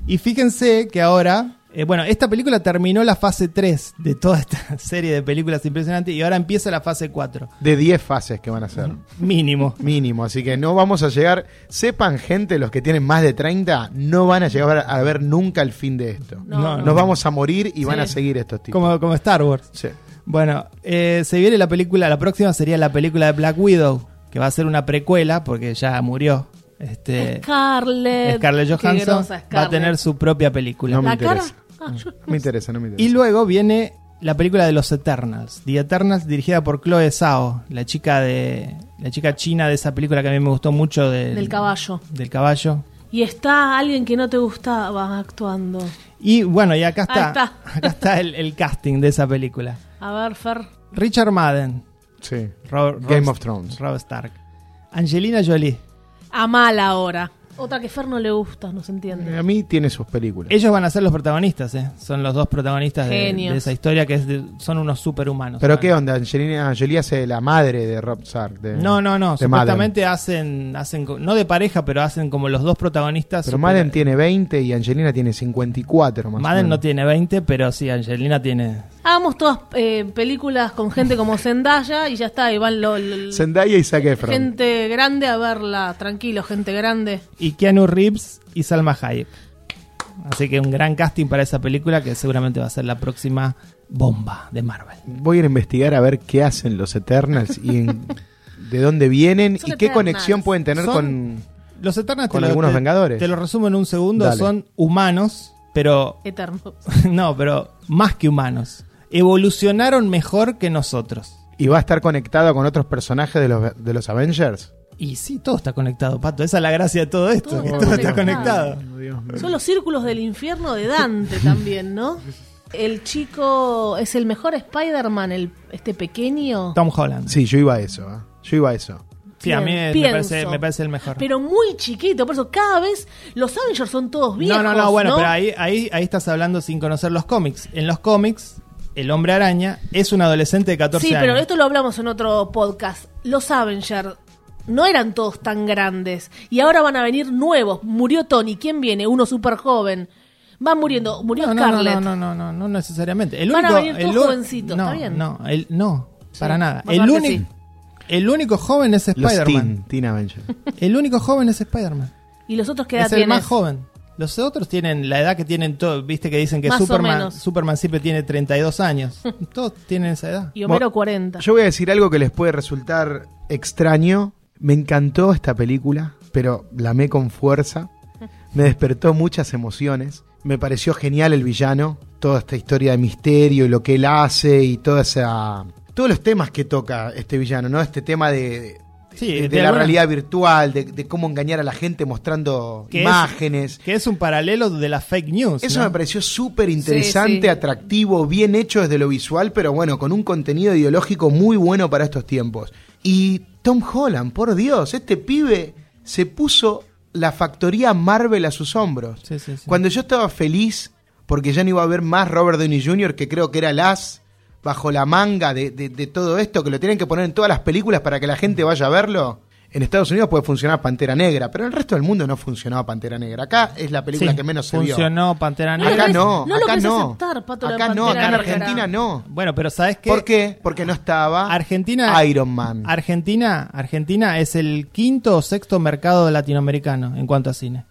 Speaker 3: Y fíjense que ahora, eh, bueno, esta película terminó la fase 3 de toda esta serie de películas impresionantes y ahora empieza la fase 4,
Speaker 1: De 10 fases que van a ser.
Speaker 3: mínimo.
Speaker 1: Mínimo, así que no vamos a llegar. Sepan, gente, los que tienen más de 30, no van a llegar a ver nunca el fin de esto.
Speaker 2: No,
Speaker 3: No,
Speaker 2: no.
Speaker 1: Nos vamos a morir y van
Speaker 2: Sí.
Speaker 1: a seguir estos tipos.
Speaker 3: Como, como Star Wars.
Speaker 1: Sí.
Speaker 3: Bueno, eh, se viene la película, la próxima sería la película de Black Widow, que va a ser una precuela porque ya murió. Este,
Speaker 2: Scarlett.
Speaker 3: Scarlett
Speaker 2: Qué
Speaker 3: Johansson
Speaker 2: grosa Scarlett.
Speaker 3: va a tener su Mm. propia película.
Speaker 1: No me
Speaker 2: ¿La cara?
Speaker 1: interesa.
Speaker 2: Ah, yo-
Speaker 1: No me interesa, no me interesa.
Speaker 3: Y luego viene la película de los Eternals. The Eternals dirigida por Chloe Zhao, la chica de la chica china de esa película que a mí me gustó mucho del,
Speaker 2: Del caballo.
Speaker 3: Del caballo.
Speaker 2: Y está alguien que no te gustaba actuando.
Speaker 3: Y bueno, y acá está,
Speaker 2: Ahí está.
Speaker 3: acá está el, el casting de esa película.
Speaker 2: A ver, Fer.
Speaker 3: Richard Madden,
Speaker 1: Sí.
Speaker 3: Ro-
Speaker 1: Game
Speaker 3: Rob-
Speaker 1: of Thrones.
Speaker 3: Rob Stark. Angelina Jolie.
Speaker 2: A mal ahora. Otra que Fer no le gusta, no se
Speaker 3: Eh.
Speaker 2: entiende.
Speaker 1: A mí tiene sus películas.
Speaker 3: Ellos van a ser los protagonistas, ¿eh? Son los dos protagonistas de,
Speaker 2: Genios.
Speaker 3: de esa historia que es de- son unos superhumanos.
Speaker 1: Pero
Speaker 3: Van-
Speaker 1: qué onda, Angelina Jolie hace la madre de Rob Sark. de-
Speaker 3: No, no, no.
Speaker 1: de Madden.
Speaker 3: Supuestamente hacen, hacen, co- no de pareja, pero hacen como los dos protagonistas.
Speaker 1: Pero
Speaker 3: super-
Speaker 1: Madden tiene 20 y Angelina tiene 54 más o
Speaker 3: Madden no
Speaker 1: menos.
Speaker 3: tiene 20, pero sí, Angelina tiene
Speaker 2: Hagamos todas eh, películas con gente como Zendaya y ya está, y van lo- lo-
Speaker 1: Zendaya y Zac Efron.
Speaker 2: gente grande a verla. Tranquilo, gente grande.
Speaker 3: Y Keanu Reeves y Salma Hayek. Así que un gran casting para esa película que seguramente va a ser la próxima bomba de Marvel.
Speaker 1: Voy a ir a investigar a ver qué hacen los Eternals y en- de dónde vienen
Speaker 2: Son
Speaker 1: y qué
Speaker 2: Eternals.
Speaker 1: conexión pueden tener
Speaker 3: Son-
Speaker 1: con...
Speaker 3: Los Eternals
Speaker 1: Con
Speaker 3: te lo-
Speaker 1: algunos
Speaker 3: te-
Speaker 1: Vengadores.
Speaker 3: Te lo resumo en un segundo,
Speaker 1: Dale.
Speaker 3: son humanos, pero
Speaker 2: Eterno.
Speaker 3: no, pero más que humanos. Evolucionaron mejor que nosotros.
Speaker 1: ¿Y va a estar conectado con otros personajes de los, de los Avengers?
Speaker 3: Y sí, todo está conectado, Pato. Esa es la gracia de todo esto,
Speaker 2: Todo
Speaker 3: que
Speaker 2: está
Speaker 3: todo está
Speaker 2: conectado.
Speaker 3: conectado.
Speaker 2: Son los círculos del infierno de Dante también, ¿no? El chico es el mejor Spider-Man, el, este pequeño.
Speaker 3: Tom Holland.
Speaker 1: Sí, yo iba a eso. ¿eh? Yo iba a eso.
Speaker 3: Sí, a mí me
Speaker 2: Pienso.
Speaker 3: parece, me parece el mejor.
Speaker 2: Pero muy chiquito, por eso cada vez los Avengers son todos viejos.
Speaker 3: no, no, no, bueno, pero ahí, ahí, ahí estás hablando sin conocer los cómics. En los cómics, el hombre araña es un adolescente de 14
Speaker 2: Sí,
Speaker 3: años.
Speaker 2: pero esto lo hablamos en otro podcast. Los Avengers no eran todos tan grandes. Y ahora van a venir nuevos. Murió Tony. ¿Quién viene? Uno súper joven. Van muriendo. Murió
Speaker 3: no, no, no,
Speaker 2: Scarlett.
Speaker 3: no, no, no, no, no necesariamente. El
Speaker 2: Van a
Speaker 3: único,
Speaker 2: venir
Speaker 3: el
Speaker 2: todos
Speaker 3: u-
Speaker 2: jovencitos,
Speaker 3: no,
Speaker 2: está bien.
Speaker 3: No, el- no, para nada.
Speaker 2: vas a
Speaker 3: El
Speaker 2: ver que
Speaker 3: único,
Speaker 2: sí.
Speaker 3: el único joven es
Speaker 1: Los Teen,
Speaker 3: Spider-Man.
Speaker 1: Teen Avengers.
Speaker 3: El único joven es Spider-Man.
Speaker 2: ¿Y los otros qué edad
Speaker 3: Es el
Speaker 2: tienen?
Speaker 3: más joven. Los otros tienen la edad que tienen todos. Viste que dicen que
Speaker 2: Más o
Speaker 3: Superman,
Speaker 2: menos.
Speaker 3: Superman siempre tiene 32 años. todos tienen esa edad.
Speaker 2: Y Homero
Speaker 1: Bueno,
Speaker 2: 40.
Speaker 1: Yo voy a decir algo que les puede resultar extraño. Me encantó esta película, pero la amé con fuerza. Me despertó muchas emociones. Me pareció genial el villano. Toda esta historia de misterio y lo que él hace y toda esa. Todos los temas que toca este villano, ¿no? Este tema de.
Speaker 3: Sí,
Speaker 1: de- de
Speaker 3: de
Speaker 1: la
Speaker 3: alguna-
Speaker 1: realidad virtual, de, de cómo engañar a la gente mostrando
Speaker 3: Que es-
Speaker 1: imágenes.
Speaker 3: Que es un paralelo de las fake news.
Speaker 1: Eso
Speaker 3: ¿no?
Speaker 1: me pareció súper interesante,
Speaker 2: Sí, sí.
Speaker 1: atractivo, bien hecho desde lo visual, pero bueno, con un contenido ideológico muy bueno para estos tiempos. Y Tom Holland, por Dios, este pibe se puso la factoría Marvel a sus hombros.
Speaker 3: Sí, sí, sí.
Speaker 1: Cuando yo estaba feliz porque ya no iba a haber más Robert Downey Jr., que creo que era las bajo la manga de, de- de todo esto, que lo tienen que poner en todas las películas para que la gente vaya a verlo. En Estados Unidos puede funcionar Pantera Negra, pero en el resto del mundo no funcionaba Pantera Negra. Acá es la película
Speaker 3: Sí,
Speaker 1: que menos se vio.
Speaker 3: Funcionó Pantera
Speaker 2: No lo
Speaker 3: Negra.
Speaker 1: Acá
Speaker 2: querés-
Speaker 1: no,
Speaker 2: no lo
Speaker 1: acá
Speaker 2: querés
Speaker 1: no.
Speaker 2: aceptar, Pato, la
Speaker 1: acá no, acá en
Speaker 2: Pantera Negra.
Speaker 1: Argentina no.
Speaker 3: Bueno, pero ¿sabes qué?
Speaker 1: ¿Por qué? Porque no estaba
Speaker 3: Argentina,
Speaker 1: Iron Man.
Speaker 3: Argentina, Argentina es el quinto o sexto mercado latinoamericano en cuanto a cine.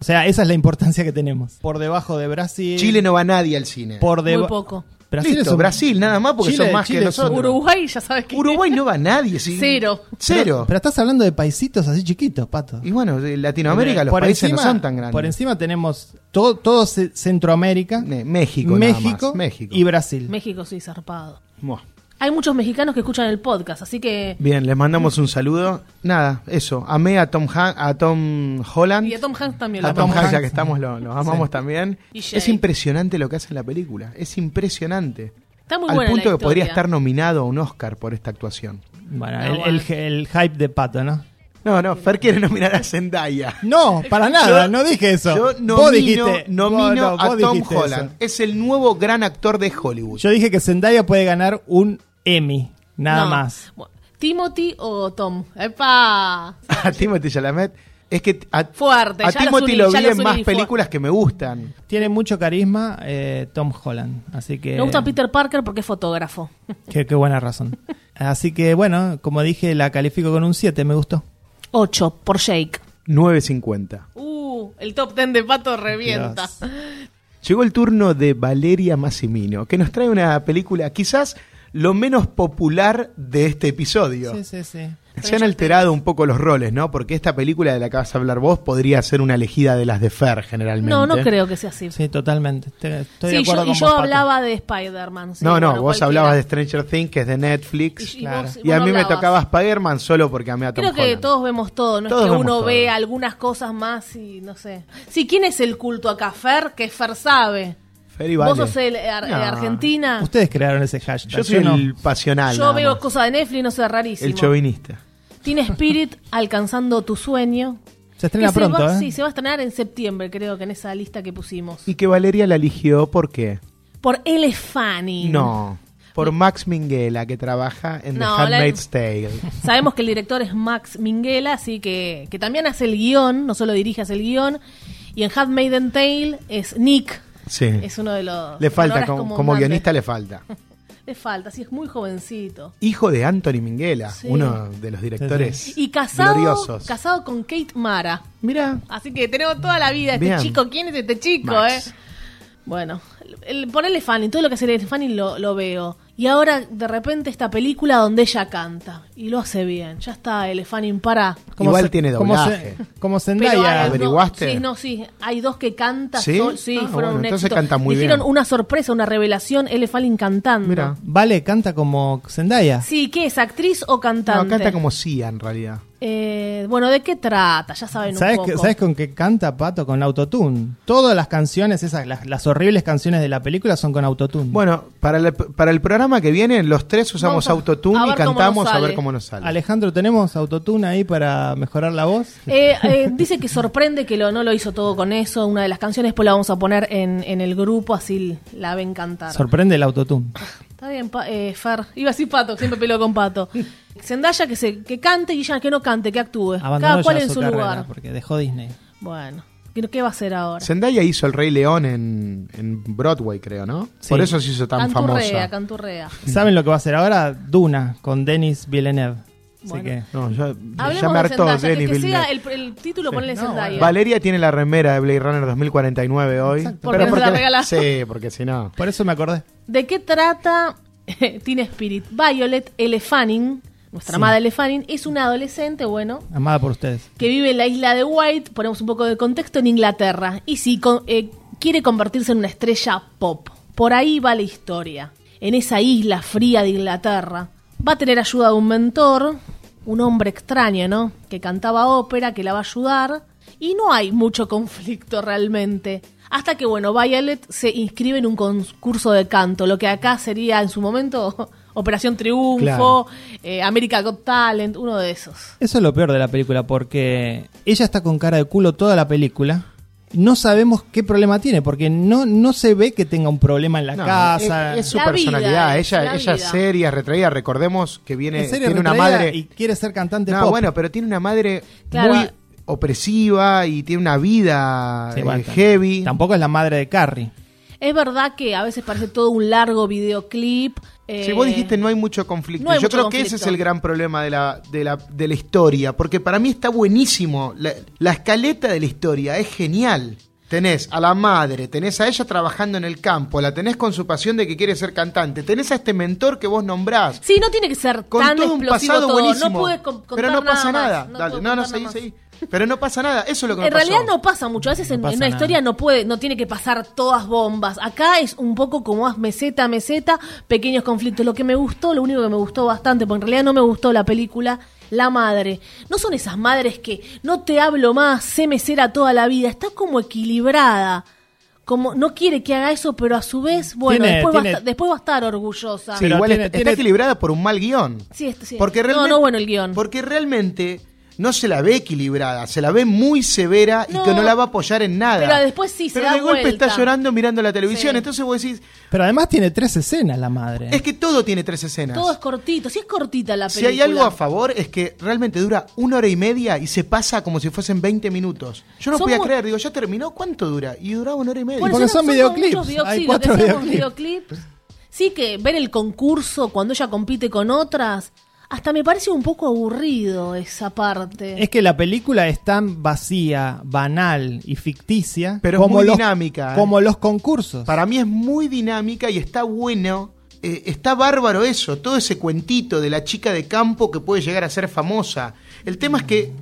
Speaker 3: O sea, esa es la importancia que tenemos. Por debajo de Brasil.
Speaker 1: Chile no va nadie al cine.
Speaker 3: Por
Speaker 2: Muy
Speaker 3: deba-
Speaker 2: poco.
Speaker 3: Brasil
Speaker 1: Listo,
Speaker 3: es un-
Speaker 1: Brasil, nada más, porque
Speaker 3: Chile-
Speaker 1: son más
Speaker 3: Chile
Speaker 1: que
Speaker 3: es un-
Speaker 1: nosotros.
Speaker 2: Uruguay, ya sabes que.
Speaker 1: Uruguay no va nadie. sí.
Speaker 2: Cero.
Speaker 1: Cero.
Speaker 3: Pero, pero estás hablando de paisitos así chiquitos, pato.
Speaker 1: y bueno, de Latinoamérica, los
Speaker 3: Por
Speaker 1: países no
Speaker 3: encima-
Speaker 1: son tan grandes.
Speaker 3: Por encima tenemos todo, todo Ce- Centroamérica,
Speaker 1: Ne- México, nada más,
Speaker 3: México,
Speaker 1: México.
Speaker 3: y Brasil.
Speaker 2: México sí, zarpado.
Speaker 1: Buah.
Speaker 2: Hay muchos mexicanos que escuchan el podcast, así que.
Speaker 1: Bien, les mandamos un saludo. Nada, eso. Amé a Tom, Han- a Tom
Speaker 3: Mm.
Speaker 1: Holland.
Speaker 2: Y a Tom Hanks también.
Speaker 1: A
Speaker 2: lo
Speaker 1: Tom
Speaker 2: amamos.
Speaker 1: Hanks, ya que estamos, lo, lo amamos también.
Speaker 2: Y Jay.
Speaker 1: Es impresionante lo que hace en la película. Es impresionante.
Speaker 2: Está muy
Speaker 1: Al
Speaker 2: buena la
Speaker 1: punto que podría
Speaker 2: historia.
Speaker 1: estar nominado a un Oscar por esta actuación.
Speaker 3: Bueno,
Speaker 2: Ah,
Speaker 3: el,
Speaker 2: bueno.
Speaker 3: el- el hype de pato, ¿no?
Speaker 1: No, no, Fer quiere nominar a Zendaya.
Speaker 3: No, para nada, no dije eso.
Speaker 1: Yo nomino,
Speaker 3: vos dijiste, vos-
Speaker 1: nomino
Speaker 3: no,
Speaker 1: a
Speaker 3: vos
Speaker 1: Tom
Speaker 3: dijiste
Speaker 1: Holland.
Speaker 3: eso.
Speaker 1: Es el nuevo gran actor de Hollywood.
Speaker 3: Yo dije que Zendaya puede ganar un Emmy, nada
Speaker 2: No.
Speaker 3: más.
Speaker 2: Bueno, ¿Timothy o Tom? ¡Epa!
Speaker 1: a Timothy Chalamet. Es que a,
Speaker 2: Fuerte,
Speaker 1: a
Speaker 2: ya los
Speaker 1: Timothy
Speaker 2: uní,
Speaker 1: lo
Speaker 2: ya
Speaker 1: vi
Speaker 2: los
Speaker 1: en más
Speaker 2: uní, fue-
Speaker 1: películas que me gustan.
Speaker 3: Tiene mucho carisma eh, Tom Holland, así que...
Speaker 2: Me gusta Peter Parker porque es fotógrafo.
Speaker 3: Qué, qué buena razón. Así que bueno, como dije, la califico con un 7, me gustó.
Speaker 2: 8 por Jake.
Speaker 1: 9.50.
Speaker 2: Uh, el top 10 de pato revienta.
Speaker 1: Llegó el turno de Valeria Massimino, que nos trae una película quizás lo menos popular de este episodio.
Speaker 3: Sí, sí, sí.
Speaker 1: Se han alterado un poco los roles, ¿no? Porque esta película de la que vas a hablar vos podría ser una elegida de las de Fer, generalmente.
Speaker 2: No, no creo que sea así.
Speaker 3: Sí, totalmente. Te- Estoy
Speaker 2: Sí,
Speaker 3: de acuerdo
Speaker 2: yo, y
Speaker 3: con
Speaker 2: yo
Speaker 3: vos, Pato.
Speaker 2: hablaba de Spider-Man. sí,
Speaker 1: no, no, vos
Speaker 2: bueno, cualquiera.
Speaker 1: hablabas de Stranger Things, que es de Netflix.
Speaker 2: Y- y
Speaker 1: Y,
Speaker 2: vos- vos
Speaker 1: a
Speaker 2: no
Speaker 1: mí me
Speaker 2: hablabas.
Speaker 1: tocaba Spider-Man solo porque amé a Tom
Speaker 2: Creo que
Speaker 1: Holland.
Speaker 2: todos vemos todo, no
Speaker 1: Todos
Speaker 2: es que
Speaker 1: vemos
Speaker 2: uno
Speaker 1: todo.
Speaker 2: ve algunas cosas más y no sé. Sí, ¿quién es el culto acá? Fer, que Fer sabe.
Speaker 1: Fer y Vale.
Speaker 2: Vos sos el, ar-
Speaker 1: No.
Speaker 2: Argentina.
Speaker 3: Ustedes crearon ese hashtag.
Speaker 1: Yo soy
Speaker 3: no.
Speaker 1: el pasional.
Speaker 2: Yo
Speaker 1: nada
Speaker 2: veo
Speaker 1: más.
Speaker 2: cosas de Netflix, no sé,
Speaker 1: El
Speaker 2: rarísimo.
Speaker 1: chovinista.
Speaker 2: Tiene Spirit alcanzando tu sueño.
Speaker 3: Se estrena
Speaker 2: Que
Speaker 3: pronto,
Speaker 2: va,
Speaker 3: ¿eh?
Speaker 2: Sí, se va a estrenar en septiembre, creo que en esa lista que pusimos.
Speaker 1: Y que Valeria la eligió porque.
Speaker 2: Por él es Fanny.
Speaker 1: No. Por Max Minghella, que trabaja en
Speaker 2: No,
Speaker 1: The
Speaker 2: la-
Speaker 1: Handmaid's Tale.
Speaker 2: Sabemos que el director es Max Minghella, así que, que también hace el guión, no solo dirige, hace el guión. Y en Handmaiden Tale es Nick,
Speaker 1: Sí.
Speaker 2: Es uno de los.
Speaker 1: Le falta,
Speaker 2: ahora es
Speaker 1: como, como,
Speaker 2: un grande.
Speaker 1: guionista le falta.
Speaker 2: Le falta, sí, es muy jovencito.
Speaker 1: Hijo de Anthony Minghella,
Speaker 2: Sí.
Speaker 1: uno de los directores
Speaker 2: Y casado,
Speaker 1: gloriosos.
Speaker 2: casado con Kate Mara.
Speaker 1: Mirá,
Speaker 2: Así que tenemos toda la vida este
Speaker 1: Bien.
Speaker 2: chico. ¿Quién es este chico,
Speaker 1: Max.
Speaker 2: eh? Bueno, el, ponerle Fanning, todo lo que hace el Fanning lo, lo veo. Y ahora, de repente, esta película donde ella canta. Y lo hace bien. Ya está, el Fanning para.
Speaker 1: Igual
Speaker 3: se-
Speaker 1: tiene
Speaker 3: como
Speaker 1: doblaje.
Speaker 3: se- Como
Speaker 2: Pero
Speaker 3: Zendaya.
Speaker 2: hay-
Speaker 1: ¿Averiguaste?
Speaker 2: No, sí, no, sí. Hay dos que cantan.
Speaker 1: ¿Sí?
Speaker 2: sol- sí,
Speaker 1: Ah,
Speaker 2: fueron
Speaker 1: bueno,
Speaker 2: un
Speaker 1: entonces
Speaker 2: éxito.
Speaker 1: canta muy
Speaker 2: Dijeron
Speaker 1: bien.
Speaker 2: una sorpresa, una revelación, L. Fanning cantando.
Speaker 1: Mira.
Speaker 3: Vale, canta como Zendaya.
Speaker 2: Sí, ¿qué es? ¿Actriz o
Speaker 1: No,
Speaker 2: cantante?
Speaker 1: canta como Sia en realidad.
Speaker 2: Eh, bueno, ¿de qué trata? Ya saben un
Speaker 3: ¿Sabes,
Speaker 2: poco.
Speaker 3: que- ¿Sabes con qué canta Pato? Con autotune. Todas las canciones, esas, las, las horribles canciones de la película son con autotune.
Speaker 1: Bueno, para, la- para el programa que viene, los tres usamos
Speaker 2: Vamos a- a
Speaker 1: autotune y
Speaker 2: ver cómo
Speaker 1: cantamos
Speaker 2: nos
Speaker 1: a ver
Speaker 2: sale.
Speaker 1: cómo nos sale.
Speaker 3: Alejandro, ¿tenemos autotune ahí para mejorar la voz?
Speaker 2: Eh, eh, dice que sorprende que lo, no lo hizo todo con eso. Una de las canciones, pues la vamos a poner en, en el grupo, así la ven cantar.
Speaker 3: Sorprende el autotune.
Speaker 2: Está bien, pa- eh, Fer. Iba a decir pato, siempre peleo con pato. Zendaya que, se, que cante y ella que no cante, que actúe.
Speaker 3: Abandonó
Speaker 2: Cada cual
Speaker 3: ya
Speaker 2: en su,
Speaker 3: carrera
Speaker 2: lugar.
Speaker 3: Porque dejó Disney.
Speaker 2: Bueno, ¿qué- ¿qué va a hacer ahora?
Speaker 1: Zendaya hizo El Rey León en, en Broadway, creo, ¿no?
Speaker 3: Sí.
Speaker 1: Por eso se hizo tan
Speaker 2: canturrea,
Speaker 1: famosa.
Speaker 2: canturrea.
Speaker 3: ¿Saben lo que va a hacer ahora? Duna con Denis Villeneuve. Así
Speaker 2: Bueno.
Speaker 3: que-
Speaker 1: No, ya, ya
Speaker 2: Hablemos
Speaker 1: me
Speaker 2: de
Speaker 1: hartó
Speaker 2: Zendaya, que,
Speaker 1: Denis
Speaker 2: que sea
Speaker 1: Villeneuve.
Speaker 2: el, el título, ponle
Speaker 3: No,
Speaker 2: Zendaya.
Speaker 3: bueno.
Speaker 1: Valeria tiene la remera de Blade Runner 2049 hoy.
Speaker 3: Exacto.
Speaker 2: Porque nos la regalaron.
Speaker 1: Sí, porque si no.
Speaker 3: Por eso me acordé.
Speaker 2: ¿De qué trata Teen Spirit? Violet L. Fanning, nuestra amada L. Fanning, es una adolescente, bueno,
Speaker 3: Amada por ustedes.
Speaker 2: que vive en la isla de White, ponemos un poco de contexto, en Inglaterra. Y sí, con- eh, quiere convertirse en una estrella pop. Por ahí va la historia. En esa isla fría de Inglaterra. Va a tener ayuda de un mentor, un hombre extraño, ¿no? Que cantaba ópera, que la va a ayudar. Y no hay mucho conflicto realmente. Hasta que, bueno, Violet se inscribe en un concurso de canto, lo que acá sería en su momento Operación
Speaker 1: Claro.
Speaker 2: Triunfo, eh, America Got Talent, uno de esos.
Speaker 3: Eso es lo peor de la película, porque ella está con cara de culo toda la película. No sabemos qué problema tiene, porque no, no se ve que tenga un problema en la
Speaker 1: No,
Speaker 3: casa.
Speaker 1: es, es su
Speaker 2: La vida
Speaker 1: personalidad.
Speaker 2: es,
Speaker 1: ella
Speaker 2: la
Speaker 1: ella es
Speaker 2: vida.
Speaker 1: seria, retraída. Recordemos que viene,
Speaker 3: En serio,
Speaker 1: tiene una
Speaker 3: retraída
Speaker 1: madre.
Speaker 3: Y quiere ser cantante
Speaker 1: No,
Speaker 3: pop.
Speaker 1: bueno, pero tiene una madre
Speaker 2: Claro.
Speaker 1: muy opresiva y tiene una vida
Speaker 3: Sí,
Speaker 1: eh,
Speaker 3: bueno,
Speaker 1: heavy.
Speaker 3: Tampoco es la madre de Carrie.
Speaker 2: Es verdad que a veces parece todo un largo videoclip. eh,
Speaker 1: Si vos dijiste no hay mucho conflicto,
Speaker 2: no hay
Speaker 1: yo
Speaker 2: mucho
Speaker 1: creo que
Speaker 2: conflicto.
Speaker 1: ese es el gran problema de la, de la, de la historia, porque para mí está buenísimo. La, la escaleta de la historia es genial. Tenés a la madre, tenés a ella trabajando en el campo, la tenés con su pasión de que quiere ser cantante, tenés a este mentor que vos nombrás.
Speaker 2: Sí, no tiene que ser
Speaker 1: Con
Speaker 2: tan
Speaker 1: todo un
Speaker 2: explosivo
Speaker 1: pasado
Speaker 2: todo.
Speaker 1: buenísimo.
Speaker 2: No pude con- contar
Speaker 1: pero no pasa
Speaker 2: más.
Speaker 1: nada. Dale,
Speaker 2: pude
Speaker 1: no, no,
Speaker 2: contar
Speaker 1: seguí,
Speaker 2: más.
Speaker 1: seguí. Pero no pasa nada. Eso es lo que me
Speaker 2: En
Speaker 1: pasó.
Speaker 2: realidad no pasa mucho. A veces en,
Speaker 3: pasa
Speaker 2: en una
Speaker 3: nada.
Speaker 2: historia no puede, no tiene que pasar todas bombas. Acá es un poco como más meseta, meseta, pequeños conflictos. Lo que me gustó, lo único que me gustó bastante, porque en realidad no me gustó la película, la madre. No son esas madres que no te hablo más, sé mesera toda la vida. Está como equilibrada. Como no quiere que haga eso, pero a su vez, bueno,
Speaker 3: Tiene-
Speaker 2: después,
Speaker 3: tiene-
Speaker 2: va a, esta- después va a estar orgullosa.
Speaker 1: Sí,
Speaker 3: Pero
Speaker 1: igual
Speaker 3: tiene-
Speaker 1: está,
Speaker 3: tiene-
Speaker 1: está equilibrada por un mal guión.
Speaker 2: Sí, esto sí.
Speaker 1: Porque
Speaker 2: No,
Speaker 1: realmente,
Speaker 2: no, bueno, el guión.
Speaker 1: Porque realmente no se la ve equilibrada, se la ve muy severa y
Speaker 2: No,
Speaker 1: que no la va a apoyar en nada.
Speaker 2: pero después sí se
Speaker 1: Pero
Speaker 2: da
Speaker 1: de golpe
Speaker 2: vuelta.
Speaker 1: está llorando mirando la televisión,
Speaker 2: Sí.
Speaker 1: entonces vos decís,
Speaker 3: Pero además tiene tres escenas la madre.
Speaker 1: es que todo tiene tres escenas.
Speaker 2: Todo es cortito, sí es cortita la
Speaker 1: si
Speaker 2: película.
Speaker 1: hay algo a favor es que realmente dura una hora y media y se pasa como si fuesen 20 minutos. Yo no
Speaker 2: Son
Speaker 1: podía
Speaker 2: muy-
Speaker 1: creer, digo, ya terminó, ¿cuánto dura? Y duraba una hora y media.
Speaker 2: Por
Speaker 3: Bueno,
Speaker 2: eso
Speaker 3: Porque son
Speaker 2: no-
Speaker 3: videoclips,
Speaker 2: muchos videoclips,
Speaker 3: hay
Speaker 2: lo
Speaker 3: cuatro
Speaker 2: que hacemos
Speaker 3: videoclips.
Speaker 2: videoclips. Sí que ver el concurso cuando ella compite con otras, hasta me parece un poco aburrido esa parte.
Speaker 3: Es que la película es tan vacía, banal y ficticia
Speaker 1: Pero es muy dinámica, ¿eh?
Speaker 3: como los concursos.
Speaker 1: Para mí es muy dinámica y está bueno. eh, está bárbaro eso, todo ese cuentito de la chica de campo que puede llegar a ser famosa. El tema es que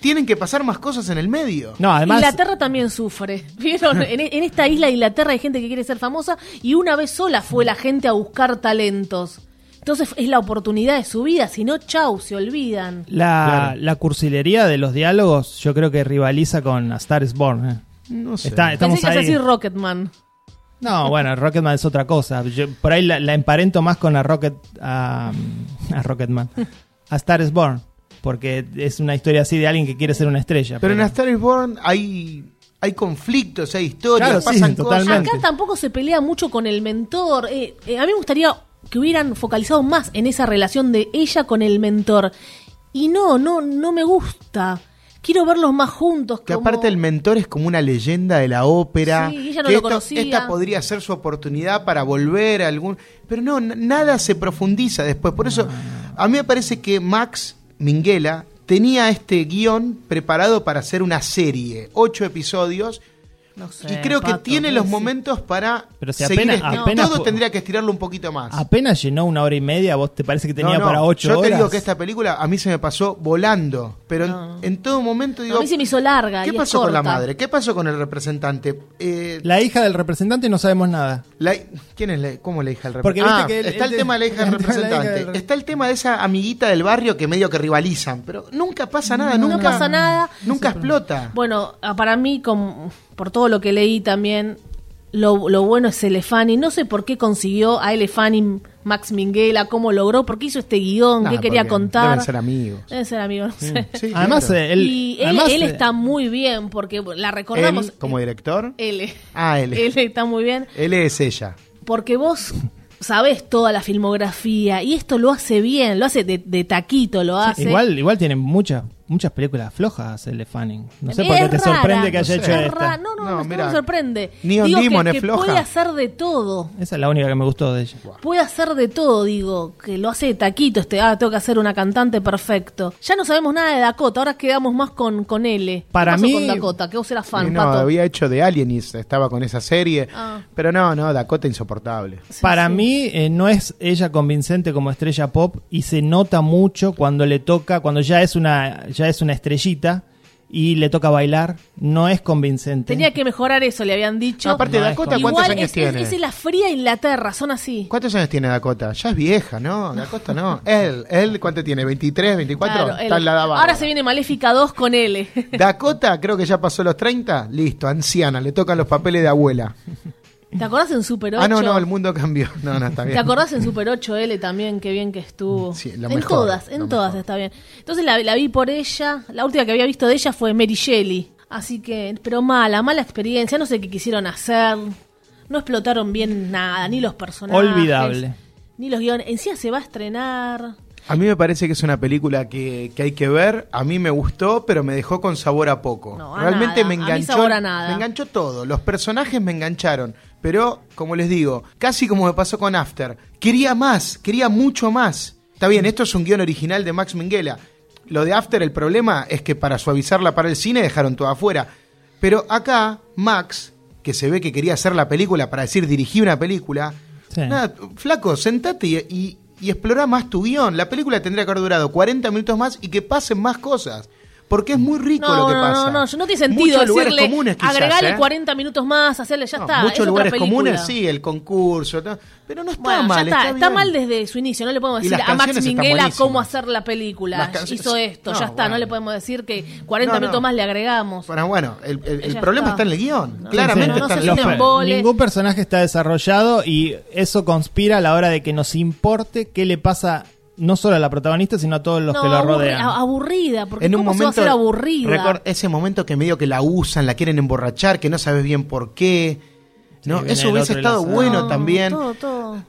Speaker 1: tienen que pasar más cosas en el medio.
Speaker 3: no, además
Speaker 2: Inglaterra también sufre. ¿Vieron? En, en esta isla de Inglaterra hay gente que quiere ser famosa y una vez sola fue la gente a buscar talentos. Entonces es la oportunidad de su vida, si no, chau, se olvidan.
Speaker 3: la,
Speaker 1: Claro.
Speaker 3: la cursilería de los diálogos yo creo que rivaliza con A Star is Born. ¿eh?
Speaker 1: No sé.
Speaker 3: Está- estamos
Speaker 2: Pensé que
Speaker 3: ahí.
Speaker 2: ibas a decir Rocketman.
Speaker 3: No, bueno, Rocketman es otra cosa. Yo por ahí la, la emparento más con a Rocket a, a Rocketman. A Star is Born. Porque es una historia así de alguien que quiere ser una estrella.
Speaker 1: Pero en A Star is Born hay, hay conflictos, hay historias,
Speaker 3: Claro, sí,
Speaker 1: pasan cosas.
Speaker 3: totalmente.
Speaker 2: Acá tampoco se pelea mucho con el mentor. Eh, eh, a mí me gustaría que hubieran focalizado más en esa relación de ella con el mentor. Y no, no, no me gusta. Quiero verlos más juntos.
Speaker 1: Que
Speaker 2: como-
Speaker 1: aparte el mentor es como una leyenda de la ópera.
Speaker 2: Sí, ella no
Speaker 1: que
Speaker 2: lo
Speaker 1: esto-
Speaker 2: conocía.
Speaker 1: Esta podría ser su oportunidad para volver a algún. Pero no, n- nada se profundiza después. Por eso, a mí me parece que Max Minghella tenía este guión preparado para hacer una serie, ocho episodios.
Speaker 2: No sé,
Speaker 1: y creo que
Speaker 2: Pato,
Speaker 1: tiene
Speaker 2: no
Speaker 1: los
Speaker 2: sé.
Speaker 1: momentos para
Speaker 3: Pero si
Speaker 1: seguir
Speaker 3: apenas-
Speaker 1: este-
Speaker 3: apenas
Speaker 1: todo
Speaker 3: fue-
Speaker 1: tendría que estirarlo un poquito más.
Speaker 3: Apenas llenó una hora y media, vos te parece que tenía
Speaker 1: No, no,
Speaker 3: para ocho
Speaker 1: Yo
Speaker 3: horas.
Speaker 1: te digo que esta película a mí se me pasó volando, pero en-
Speaker 2: No.
Speaker 1: en, todo momento digo...
Speaker 2: a mí se me hizo larga. y
Speaker 1: ¿Qué
Speaker 2: es
Speaker 1: pasó con la
Speaker 2: corta.
Speaker 1: madre? ¿Qué pasó con el representante? Eh,
Speaker 3: La hija del representante no sabemos nada.
Speaker 1: la- ¿Quién es la, cómo es la hija del
Speaker 3: Porque
Speaker 1: representante?
Speaker 3: viste
Speaker 1: Ah,
Speaker 3: que el-
Speaker 1: está el,
Speaker 3: el-
Speaker 1: tema de la hija
Speaker 3: el
Speaker 1: del
Speaker 3: tema de la hija
Speaker 1: representante.
Speaker 3: del-
Speaker 1: Está el tema de esa amiguita del barrio que medio que rivalizan, pero nunca pasa nada,
Speaker 2: No
Speaker 1: nunca
Speaker 2: pasa nada.
Speaker 1: Nunca explota.
Speaker 2: Bueno, ah, para mí, com- por todo lo que leí también, lo, lo bueno es Elefani. No sé por qué consiguió a Elefani Max Minghella, cómo logró, por qué hizo este guión,
Speaker 1: Nah,
Speaker 2: qué quería
Speaker 1: porque
Speaker 2: contar.
Speaker 1: Deben ser amigos.
Speaker 2: Deben ser amigos, no sé.
Speaker 1: Sí,
Speaker 3: además,
Speaker 1: claro.
Speaker 3: eh, él,
Speaker 2: y él,
Speaker 3: además,
Speaker 2: él
Speaker 3: eh,
Speaker 2: está muy bien, porque la recordamos.
Speaker 1: Él, como director,
Speaker 2: L.
Speaker 1: Ah, él.
Speaker 2: Él está muy bien.
Speaker 1: él es ella.
Speaker 2: Porque vos sabés toda la filmografía y esto lo hace bien, lo hace de, de taquito, lo hace.
Speaker 3: Igual, igual tienen muchas, muchas películas flojas el de Fanning. No sé por qué
Speaker 2: Es
Speaker 3: te
Speaker 2: rara,
Speaker 3: sorprende que
Speaker 2: no
Speaker 3: haya
Speaker 1: sé.
Speaker 3: hecho
Speaker 2: es
Speaker 3: esta.
Speaker 2: rara. No, no,
Speaker 1: No,
Speaker 2: no, no
Speaker 1: mirá.
Speaker 2: me sorprende.
Speaker 1: Neon
Speaker 2: digo que-
Speaker 1: Demon
Speaker 2: que,
Speaker 1: es floja.
Speaker 2: puede hacer de todo.
Speaker 3: Esa es la única que me gustó de ella.
Speaker 2: Puede hacer de todo, digo, que lo hace de taquito este, ah, tengo que hacer una cantante perfecto. Ya no sabemos nada de Dakota, ahora quedamos más con, con L.
Speaker 3: Para
Speaker 2: ¿Qué pasó
Speaker 3: mí-
Speaker 2: con Dakota, que vos eras
Speaker 1: Y
Speaker 2: fan,
Speaker 1: Eh, no,
Speaker 2: Pato.
Speaker 1: había hecho de Alien y estaba con esa serie.
Speaker 2: Ah.
Speaker 1: Pero no, no, Dakota insoportable.
Speaker 2: Sí,
Speaker 3: Para
Speaker 2: sí.
Speaker 3: mí eh, no es ella convincente como estrella pop y se nota mucho cuando le toca, cuando ya es una, ya es una estrellita y le toca bailar, no es convincente.
Speaker 2: Tenía que mejorar eso, le habían dicho.
Speaker 1: No, aparte,
Speaker 3: No, es
Speaker 1: Dakota,
Speaker 3: como-
Speaker 1: ¿cuántos
Speaker 2: Igual
Speaker 1: años
Speaker 2: es, es-
Speaker 1: tiene?
Speaker 2: es la fría Inglaterra, son así.
Speaker 1: ¿Cuántos años tiene Dakota? Ya es vieja, ¿no? Dakota no. Él, él, ¿cuánto tiene? ¿23, 24?
Speaker 2: Claro,
Speaker 1: Está
Speaker 2: él-
Speaker 1: en la edad
Speaker 2: ahora
Speaker 1: bárbara.
Speaker 2: se viene Maléfica 2 con L.
Speaker 1: Dakota, creo que ya pasó los 30. Listo, anciana, le tocan los papeles de abuela.
Speaker 2: ¿Te acordás en Super 8?
Speaker 1: Ah, no, no, el mundo cambió. No, no, está bien.
Speaker 2: ¿Te acordás en Super 8L también? Qué bien que estuvo.
Speaker 1: Sí, lo
Speaker 2: en
Speaker 1: mejor,
Speaker 2: todas,
Speaker 1: lo
Speaker 2: en todas
Speaker 1: mejor.
Speaker 2: está bien. Entonces la, la vi por ella. La última que había visto de ella fue Mary Shelley. Así que, pero mala, mala experiencia. No sé qué quisieron hacer. No explotaron bien nada, ni los personajes.
Speaker 3: Olvidable.
Speaker 2: Ni los guiones. Encima se va a estrenar.
Speaker 1: A mí me parece que es una película que, que hay que ver. A mí me gustó, pero me dejó con sabor a poco.
Speaker 2: No, a
Speaker 1: Realmente
Speaker 2: nada.
Speaker 1: me
Speaker 2: A mí
Speaker 1: enganchó.
Speaker 2: sabor a nada.
Speaker 1: Me enganchó todo. Los personajes me engancharon. Pero, como les digo, casi como me pasó con After. Quería más, quería mucho más. Está bien, esto es un guión original de Max Minghella. Lo de After, el problema es que para suavizarla para el cine dejaron todo afuera. Pero acá, Max, que se ve que quería hacer la película para decir dirigí una película,
Speaker 3: Sí.
Speaker 1: Nada, flaco, sentate y, y, y explorá más tu guión. La película tendría que haber durado 40 minutos más y que pasen más cosas. Porque es muy rico
Speaker 2: No,
Speaker 1: lo que
Speaker 2: no,
Speaker 1: pasa.
Speaker 2: no, no, yo no tiene sentido
Speaker 1: Muchos lugares
Speaker 2: decirle,
Speaker 1: comunes quizás,
Speaker 2: agregale
Speaker 1: ¿eh?
Speaker 2: 40 minutos más, hacerle, ya
Speaker 1: No,
Speaker 2: está. es
Speaker 1: muchos
Speaker 2: otra
Speaker 1: lugares
Speaker 2: película.
Speaker 1: comunes, sí, el concurso. ¿no? Pero no está
Speaker 2: Bueno,
Speaker 1: mal.
Speaker 2: ya está, está,
Speaker 1: bien.
Speaker 2: mal desde su inicio. No le podemos
Speaker 1: Y
Speaker 2: decir
Speaker 1: las
Speaker 2: a Max
Speaker 1: canciones están
Speaker 2: Minghella
Speaker 1: buenísimas.
Speaker 2: cómo hacer la película.
Speaker 1: Las canciones-
Speaker 2: Hizo esto,
Speaker 1: No,
Speaker 2: ya está.
Speaker 1: bueno.
Speaker 2: No le podemos decir que 40
Speaker 1: No, no.
Speaker 2: minutos más le agregamos.
Speaker 1: Bueno, bueno, el, el- el
Speaker 2: Ya
Speaker 1: problema está.
Speaker 2: está.
Speaker 1: en el guión.
Speaker 2: No,
Speaker 1: Claramente
Speaker 2: sí, no,
Speaker 1: está
Speaker 2: no
Speaker 1: en
Speaker 2: se
Speaker 1: el
Speaker 2: sientan
Speaker 1: guión.
Speaker 2: bo- embole.
Speaker 3: Ningún personaje está desarrollado y eso conspira a la hora de que nos importe qué le pasa no solo a la protagonista, sino a todos los
Speaker 2: No,
Speaker 3: que lo
Speaker 2: aburri-
Speaker 3: rodean.
Speaker 2: a- aburrida, porque ¿cómo se va a hacer aburrida?
Speaker 1: recor- ese momento que medio que la usan, la quieren emborrachar, que no sabes bien por qué. No,
Speaker 3: viene
Speaker 1: eso
Speaker 3: el
Speaker 1: hubiese
Speaker 3: otro y la
Speaker 1: estado
Speaker 3: saca.
Speaker 1: bueno
Speaker 2: No,
Speaker 1: también.
Speaker 2: Todo, todo.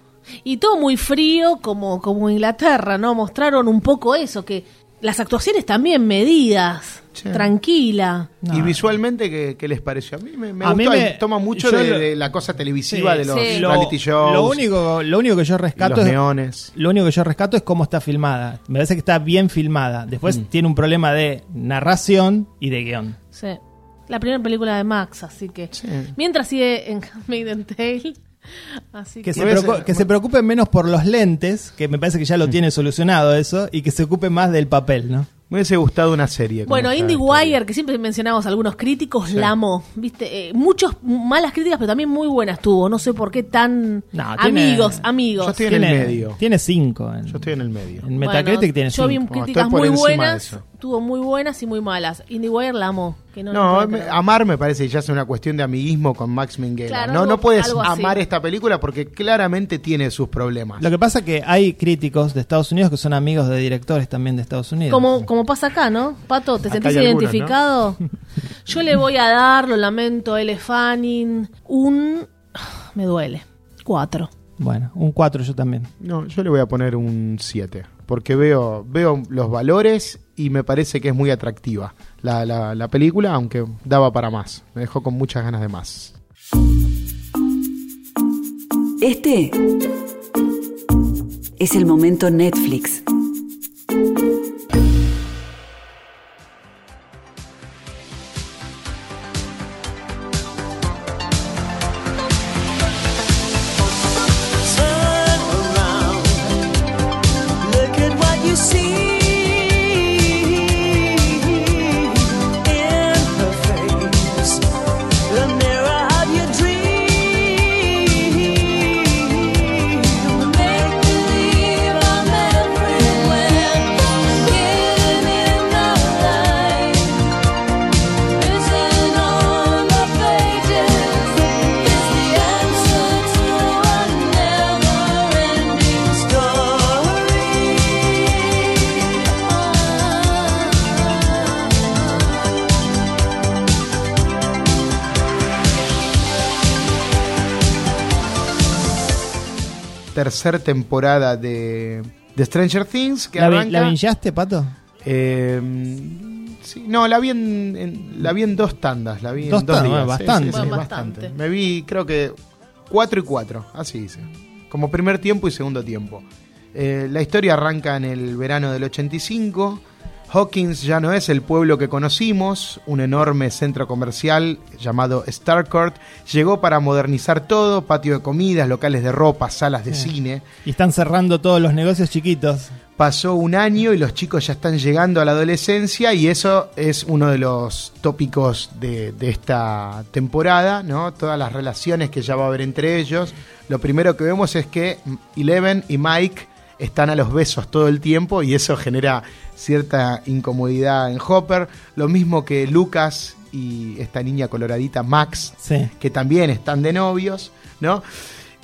Speaker 2: Y todo muy frío, como, como Inglaterra, ¿no? Mostraron un poco eso, que las actuaciones también medidas,
Speaker 1: Sí.
Speaker 2: tranquila.
Speaker 1: ¿Y
Speaker 3: No.
Speaker 1: visualmente ¿qué, qué les pareció? A mí me, me
Speaker 3: A mí
Speaker 1: gustó,
Speaker 3: me-
Speaker 1: ahí toma mucho
Speaker 3: yo
Speaker 1: de,
Speaker 3: lo-
Speaker 1: de la cosa televisiva
Speaker 3: Sí,
Speaker 1: de los
Speaker 2: sí.
Speaker 3: Lo-
Speaker 1: reality shows.
Speaker 3: Lo único, lo único que yo
Speaker 1: y
Speaker 3: rescato
Speaker 1: los
Speaker 3: es,
Speaker 1: neones.
Speaker 3: Lo único que yo rescato es cómo está filmada. Me parece que está bien filmada. Después
Speaker 1: Mm.
Speaker 3: tiene un problema de narración y de guión.
Speaker 2: Sí. La primera película de Max, así que.
Speaker 1: Sí.
Speaker 2: Mientras sigue en Maiden Tale. Así
Speaker 3: Que
Speaker 2: que.
Speaker 3: se,
Speaker 1: Me parece-
Speaker 3: preocu- que se preocupe menos por los lentes, que me parece que
Speaker 1: Mm.
Speaker 3: ya lo tiene solucionado eso, y que se ocupe más del papel, ¿no?
Speaker 1: Me hubiese gustado una serie. con
Speaker 2: Bueno,
Speaker 1: esta
Speaker 2: IndieWire,
Speaker 1: historia.
Speaker 2: que siempre mencionamos algunos críticos, la amó. Viste, Eh, muchos malas críticas, pero también muy buenas tuvo. No sé por qué tan
Speaker 3: No, tiene-
Speaker 2: amigos,
Speaker 1: Yo
Speaker 2: amigos.
Speaker 1: estoy en el medio.
Speaker 3: Tiene cinco. En,
Speaker 1: Yo estoy en el medio.
Speaker 3: en Metacritic
Speaker 2: Bueno,
Speaker 3: tiene
Speaker 2: Yo vi
Speaker 3: cinco.
Speaker 1: Como
Speaker 2: críticas
Speaker 1: estoy por
Speaker 2: muy
Speaker 1: encima de
Speaker 2: buenas,
Speaker 1: eso.
Speaker 2: tuvo muy buenas y muy malas. IndieWire la amó. Que no, lo
Speaker 1: No,
Speaker 2: puedo
Speaker 1: me-
Speaker 2: creer.
Speaker 1: amar me parece que ya es una cuestión de amiguismo con Max Minghella.
Speaker 2: Claro,
Speaker 1: no,
Speaker 2: algo-
Speaker 1: no puedes
Speaker 2: algo así.
Speaker 1: amar esta película porque claramente tiene sus problemas.
Speaker 3: Lo que pasa es que hay críticos de Estados Unidos que son amigos de directores también de Estados Unidos.
Speaker 2: Como, como pasa acá, ¿no? Pato, ¿te
Speaker 1: Acá
Speaker 2: sentís
Speaker 1: hay algunos,
Speaker 2: identificado? Yo le voy a dar, lo lamento, L. Fanning, un... Me duele. Cuatro.
Speaker 3: Bueno, un cuatro yo también.
Speaker 1: No, yo le voy a poner un 7. porque veo, veo los valores y me parece que es muy atractiva la, la- la película, aunque daba para más. Me dejó con muchas ganas de más.
Speaker 5: Este es el momento Netflix.
Speaker 6: Turn around. Look at what you see in her face. The mirror of your dream. Make believe I'm everywhere. Hidden in the light. Written on the pages is the answer to a never-ending story.
Speaker 1: Tercer temporada de, de Stranger Things que
Speaker 3: ¿La, vi-
Speaker 1: arranca-
Speaker 3: la vinchaste, Pato?
Speaker 1: Eh, sí, no, la vi en, en- la vi en dos tandas, la vi en
Speaker 3: Dos
Speaker 1: dos
Speaker 3: tandas,
Speaker 1: días.
Speaker 3: bueno,
Speaker 1: Sí,
Speaker 3: bastante.
Speaker 1: sí, sí,
Speaker 2: Bueno,
Speaker 1: bastante.
Speaker 2: bastante.
Speaker 1: Me vi, creo que cuatro y cuatro, así hice. Como primer tiempo y segundo tiempo. Eh, la historia arranca en el verano del 85. Hawkins ya no es el pueblo que conocimos. Un enorme centro comercial llamado Starcourt llegó para modernizar todo: patio de comidas, locales de ropa, salas de cine.
Speaker 3: Y están cerrando todos los negocios chiquitos.
Speaker 1: Pasó un año y los chicos ya están llegando a la adolescencia y eso es uno de los tópicos de, de esta temporada, ¿no? Todas las relaciones que ya va a haber entre ellos. Lo primero que vemos es que Eleven y Mike están a los besos todo el tiempo y eso genera cierta incomodidad en Hopper. Lo mismo que Lucas y esta niña coloradita Max,
Speaker 3: Sí.
Speaker 1: que también están de novios, ¿no?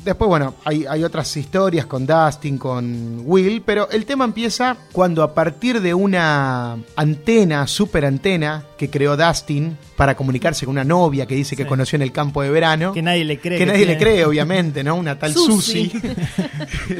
Speaker 1: Después, bueno, hay, hay otras historias con Dustin, con Will, pero el tema empieza cuando a partir de una antena, super antena, que creó Dustin para comunicarse con una novia que dice que
Speaker 3: Sí.
Speaker 1: conoció en el campo de verano,
Speaker 3: Que nadie le cree.
Speaker 1: que nadie le
Speaker 3: tiene-
Speaker 1: cree, obviamente, ¿no? Una tal
Speaker 2: Susi.
Speaker 1: Susi.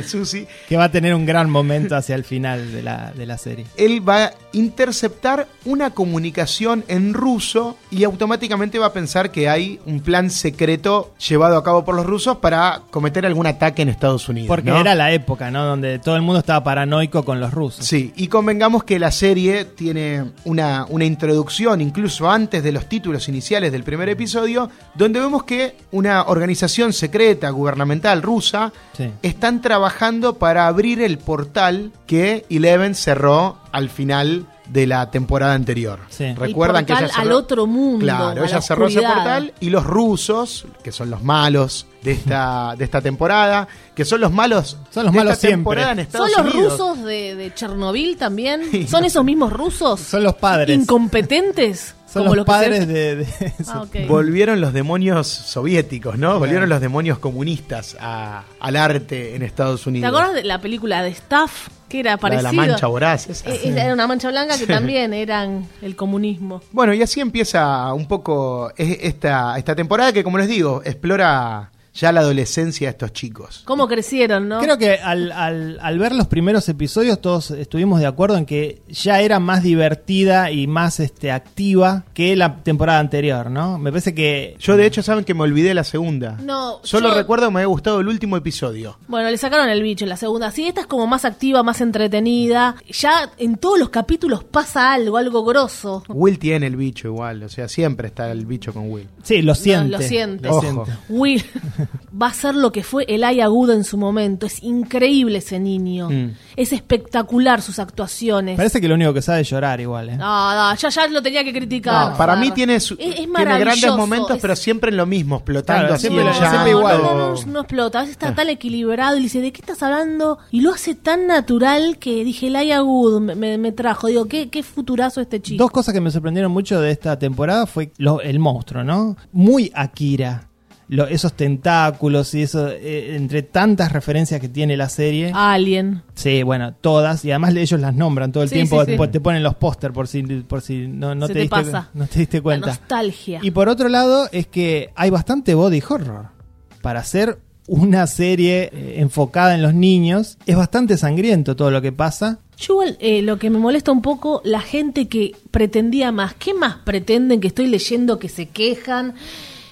Speaker 1: Susi.
Speaker 3: Que va a tener un gran momento hacia el final de la, de la serie.
Speaker 1: él va a interceptar una comunicación en ruso y automáticamente va a pensar que hay un plan secreto llevado a cabo por los rusos para cometer algún ataque en Estados Unidos.
Speaker 3: Porque
Speaker 1: ¿no?
Speaker 3: era la época, ¿no? Donde todo el mundo estaba paranoico con los rusos.
Speaker 1: Sí, y convengamos que la serie tiene una, una introducción, incluso antes de los títulos iniciales del primer episodio, donde vemos que una organización secreta gubernamental rusa
Speaker 3: Sí.
Speaker 1: están trabajando para abrir el portal que Eleven cerró al final de la temporada anterior.
Speaker 3: Sí. El
Speaker 1: Recuerdan que ella
Speaker 2: portal al
Speaker 1: cerró-
Speaker 2: otro mundo, a
Speaker 1: Claro,
Speaker 2: la
Speaker 1: ella cerró ese
Speaker 2: oscuridad.
Speaker 1: portal y los rusos, que son los malos de esta, de esta temporada, que son los malos
Speaker 3: Son los
Speaker 1: de
Speaker 3: malos
Speaker 1: esta
Speaker 3: siempre.
Speaker 1: temporada en
Speaker 2: ¿Son
Speaker 1: Estados
Speaker 2: los
Speaker 1: Unidos.
Speaker 2: rusos de, de Chernobyl también? ¿Son esos mismos rusos?
Speaker 3: Son los padres.
Speaker 2: ¿Incompetentes?
Speaker 3: Son
Speaker 2: Como
Speaker 3: los
Speaker 2: que se-
Speaker 3: padres de, de-
Speaker 2: Ah, ok.
Speaker 1: Volvieron los demonios soviéticos, ¿no? Volvieron los demonios comunistas a- al arte en Estados
Speaker 2: ¿Te
Speaker 1: Unidos.
Speaker 2: acuerdas de la película de Staff? Que era
Speaker 1: La de
Speaker 2: parecida.
Speaker 1: la mancha voraz. esa.
Speaker 2: Eh, Era una mancha blanca que también eran el comunismo.
Speaker 1: Bueno, y así empieza un poco e- esta, esta temporada que, como les digo, explora ya la adolescencia de estos chicos.
Speaker 2: ¿Cómo crecieron, Ah, no?
Speaker 3: Creo que al, al- al ver los primeros episodios todos estuvimos de acuerdo en que ya era más divertida y más este, activa que la temporada anterior, ¿no? Me parece que...
Speaker 1: Yo, de hecho, saben que me olvidé la segunda.
Speaker 2: No,
Speaker 1: Solo
Speaker 2: yo-
Speaker 1: recuerdo que me había gustado el último episodio.
Speaker 2: Bueno, le sacaron el bicho en la segunda. Sí, esta es como más activa, más entretenida. Ya en todos los capítulos pasa algo, algo grosso.
Speaker 1: Will tiene el bicho igual, o sea, siempre está el bicho con Will.
Speaker 3: Sí, lo siente.
Speaker 2: lo siente.
Speaker 3: lo
Speaker 1: Ojo.
Speaker 3: siente.
Speaker 2: Will va a ser lo que fue el Good en su momento. Es increíble ese niño.
Speaker 1: Mm.
Speaker 2: Es espectacular sus actuaciones.
Speaker 3: Parece que lo único que sabe es llorar igual, ¿eh?
Speaker 2: No, no, ya, ya lo tenía que criticar.
Speaker 1: No, para mí
Speaker 2: Zarra.
Speaker 1: tiene, su-
Speaker 2: es, es
Speaker 1: tiene grandes
Speaker 2: maravilloso,
Speaker 1: momentos,
Speaker 2: es-
Speaker 1: pero siempre en lo mismo, explotando
Speaker 3: Claro,
Speaker 1: así,
Speaker 3: siempre lo-
Speaker 1: hinchando.
Speaker 3: siempre igual.
Speaker 2: No, no, no, no explota. A veces
Speaker 1: Eh.
Speaker 2: está tan equilibrado y le dice, ¿de qué estás hablando? Y lo hace tan natural que dije, Laia Good me, me- me trajo. Digo, ¿qué, qué futurazo este chico.
Speaker 3: Dos cosas que me sorprendieron mucho de esta temporada fue lo- el monstruo, ¿no? Muy Akira. Lo- esos tentáculos y eso, eh, entre tantas referencias que tiene la serie.
Speaker 2: Ah. Alien.
Speaker 3: Sí, bueno, todas. Y además ellos las nombran todo el
Speaker 2: Sí,
Speaker 3: tiempo.
Speaker 2: sí, sí.
Speaker 3: po- Te ponen los póster por si, por si no, no
Speaker 2: Se
Speaker 3: te,
Speaker 2: te
Speaker 3: diste,
Speaker 2: pasa.
Speaker 3: no te diste
Speaker 2: La
Speaker 3: cuenta.
Speaker 2: nostalgia.
Speaker 3: Y por otro lado, es que hay bastante body horror para hacer una serie eh, enfocada en los niños. Es bastante sangriento todo lo que pasa.
Speaker 2: Yo igual, eh, lo que me molesta un poco, la gente que pretendía más. ¿Qué más pretenden que estoy leyendo que se quejan?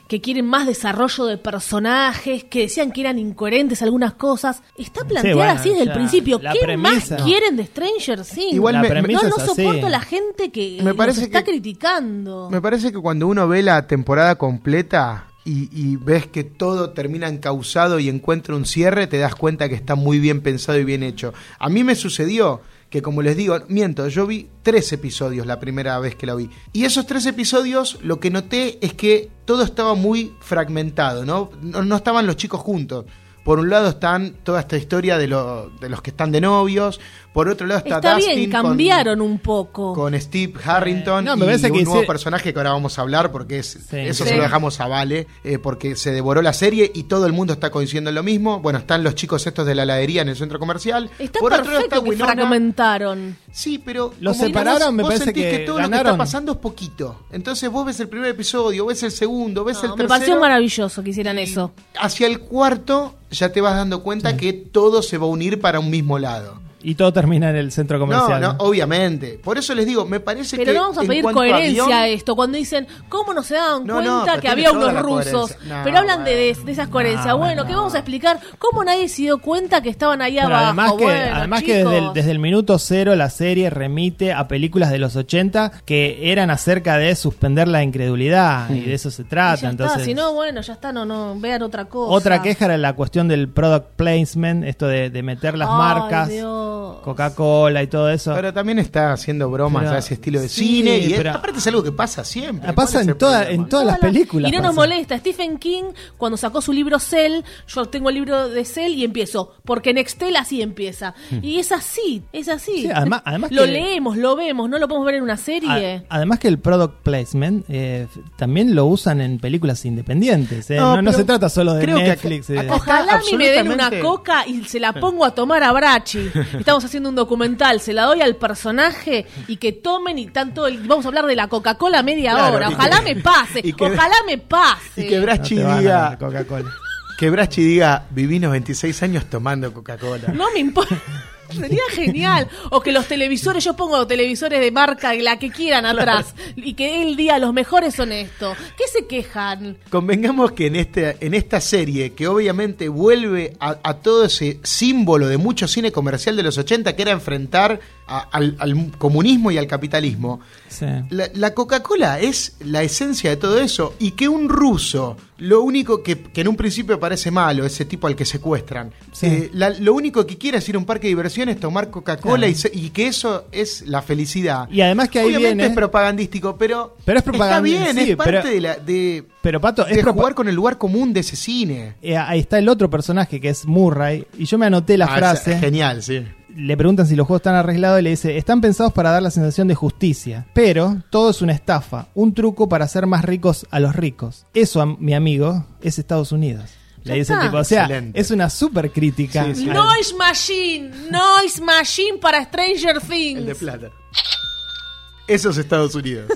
Speaker 2: que quieren más desarrollo de personajes, que decían que eran incoherentes algunas cosas. Está planteada
Speaker 3: bueno,
Speaker 2: así desde el
Speaker 3: ya,
Speaker 2: principio.
Speaker 3: la
Speaker 2: ¿Qué
Speaker 3: premisa.
Speaker 2: más quieren de Stranger Things?
Speaker 1: Igual
Speaker 3: la
Speaker 1: me- me-
Speaker 3: premisa
Speaker 2: no, no
Speaker 3: es así.
Speaker 2: soporto la gente que
Speaker 1: Me
Speaker 2: nos
Speaker 1: parece
Speaker 2: está
Speaker 1: que-
Speaker 2: criticando.
Speaker 1: Me parece que cuando uno ve la temporada completa y, y ves que todo termina encausado y encuentra un cierre, te das cuenta que está muy bien pensado y bien hecho. A mí me sucedió que, como les digo, miento, yo vi tres episodios la primera vez que la vi. Y esos tres episodios, lo que noté es que todo estaba muy fragmentado, ¿no? No, no estaban los chicos juntos. Por un lado están toda esta historia de, lo- de los que están de novios, por otro lado está,
Speaker 2: Está bien,
Speaker 1: Dustin con-
Speaker 2: cambiaron un poco.
Speaker 1: con Steve Harrington
Speaker 3: Eh, no,
Speaker 1: y
Speaker 3: me parece
Speaker 1: un
Speaker 3: que
Speaker 1: nuevo
Speaker 3: hice-
Speaker 1: personaje que ahora vamos a hablar porque es, eso
Speaker 2: Sí.
Speaker 1: se lo dejamos a Vale eh, porque se devoró la serie y todo el mundo está coincidiendo en lo mismo bueno están los chicos estos de la heladería en el centro comercial
Speaker 2: Está
Speaker 1: por otro lado
Speaker 2: perfecto
Speaker 1: está
Speaker 2: que
Speaker 1: Winona.
Speaker 2: fragmentaron.
Speaker 1: sí pero
Speaker 3: Los
Speaker 1: como que
Speaker 3: separaron,
Speaker 1: vos-
Speaker 3: me
Speaker 1: vos
Speaker 3: parece
Speaker 1: sentís
Speaker 3: que
Speaker 1: todo lo que
Speaker 3: ganaron.
Speaker 1: está pasando es poquito entonces vos ves el primer episodio ves el segundo ves
Speaker 2: No,
Speaker 1: el
Speaker 2: me
Speaker 1: tercero
Speaker 2: pareció maravilloso que hicieran eso.
Speaker 1: hacia el cuarto ya te vas dando cuenta que todo se va a unir para un mismo lado
Speaker 3: Y todo termina en el centro comercial.
Speaker 1: no, no, obviamente. Por eso les digo, me parece que.
Speaker 2: Pero no vamos a
Speaker 1: en
Speaker 2: pedir
Speaker 1: cuanto a
Speaker 2: coherencia a,
Speaker 1: guión,
Speaker 2: esto. Cuando dicen, ¿cómo no se daban
Speaker 1: No, no,
Speaker 2: cuenta
Speaker 1: pero
Speaker 2: que
Speaker 1: tiene
Speaker 2: había
Speaker 1: toda
Speaker 2: unos
Speaker 1: la
Speaker 2: rusos?
Speaker 1: coherencia. No,
Speaker 2: pero hablan de,
Speaker 1: bueno.
Speaker 2: de esas coherencias. bueno, ¿qué vamos a explicar? ¿Cómo nadie se dio cuenta que estaban ahí
Speaker 3: Pero
Speaker 2: abajo?
Speaker 3: además que,
Speaker 2: Bueno,
Speaker 3: además que
Speaker 2: chicos.
Speaker 3: desde, el, desde el minuto cero la serie remite a películas de los 80 que eran acerca de suspender la incredulidad y de eso se
Speaker 2: Y ya
Speaker 3: trata.
Speaker 2: está,
Speaker 3: entonces,
Speaker 2: si no, bueno, ya está, no, no, vean otra cosa.
Speaker 3: Otra queja era la cuestión del product placement, esto de, de meter las
Speaker 2: Ay,
Speaker 3: marcas,
Speaker 2: Dios.
Speaker 3: Coca-Cola y todo eso.
Speaker 1: Pero también está haciendo bromas
Speaker 3: Pero-
Speaker 1: a ese estilo de
Speaker 3: sí,
Speaker 1: cine. Y es-
Speaker 3: pero-
Speaker 1: aparte es algo que pasa siempre.
Speaker 3: Ah, pasa
Speaker 1: ¿Cuál es
Speaker 3: en
Speaker 1: el
Speaker 3: toda-
Speaker 1: problema?
Speaker 3: en todas las películas
Speaker 2: Y no nos
Speaker 3: pasa.
Speaker 2: molesta. Stephen King, cuando sacó su libro Cell, yo tengo el libro de Cell y empiezo. Porque en Excel así empieza. Y es así, es así.
Speaker 3: Hmm. Sí, además- además
Speaker 2: lo
Speaker 3: que- Ah,
Speaker 2: leemos, lo vemos, no lo podemos ver en una serie.
Speaker 3: A- además que el product placement eh, f- también lo usan en películas independientes. eh. No, no
Speaker 1: pero
Speaker 3: se trata solo de
Speaker 1: creo que acá-
Speaker 3: Netflix. eh.
Speaker 1: acá está
Speaker 2: Ojalá a mí me den una
Speaker 1: absolutamente-
Speaker 2: coca y se la pongo a tomar a Brachi. Estamos haciendo un documental, se la doy al personaje y que tomen y tanto el- vamos a hablar de la Coca-Cola media
Speaker 1: Claro,
Speaker 2: hora.
Speaker 1: y
Speaker 2: Ojalá
Speaker 1: que-
Speaker 2: me pase,
Speaker 1: y que-
Speaker 2: ojalá me pase.
Speaker 1: Y que
Speaker 3: No te
Speaker 1: Brachi
Speaker 3: van a dar
Speaker 1: diga.
Speaker 3: Coca-Cola.
Speaker 1: Que Brachi diga, viví 96 años tomando Coca-Cola.
Speaker 2: No me importa. Sería genial. O que los televisores, yo pongo televisores de marca, la que quieran atrás. Y que el día los mejores son estos. ¿Qué se quejan?
Speaker 1: Convengamos que en, este, en esta serie, que obviamente vuelve a, a todo ese símbolo de mucho cine comercial de los 80, que era enfrentar a- al, al comunismo y al capitalismo,
Speaker 3: Sí.
Speaker 1: La, la Coca-Cola es la esencia de todo eso. Y que un ruso, lo único que, que en un principio parece malo, ese tipo al que secuestran,
Speaker 3: Sí.
Speaker 1: eh, la- lo único que quiere es ir a un parque de diversiones, tomar Coca-Cola y, se- y que eso es la felicidad.
Speaker 3: Y además que ahí
Speaker 1: Obviamente
Speaker 3: viene-
Speaker 1: es propagandístico, pero,
Speaker 3: Pero es
Speaker 1: está
Speaker 3: propagandi-
Speaker 1: bien,
Speaker 3: sí,
Speaker 1: es parte
Speaker 3: pero-
Speaker 1: de, la, de,
Speaker 3: Pero Pato, es
Speaker 1: de
Speaker 3: propa-
Speaker 1: jugar con el lugar común de ese cine.
Speaker 3: eh, ahí está el otro personaje que es Murray. Y yo me anoté la
Speaker 1: Ah,
Speaker 3: frase.
Speaker 1: es genial, sí.
Speaker 3: le preguntan si los juegos están arreglados y le dice, están pensados para dar la sensación de justicia, pero todo es una estafa, un truco para hacer más ricos a los ricos. Eso, am- mi amigo, es Estados Unidos.
Speaker 2: Ya
Speaker 3: Le dice el
Speaker 2: está.
Speaker 3: tipo, o sea,
Speaker 1: Excelente.
Speaker 3: es una super crítica.
Speaker 1: Sí, sí.
Speaker 3: al-
Speaker 2: Noise Machine, Noise Machine para Stranger Things.
Speaker 1: El de plata. Eso es Estados Unidos.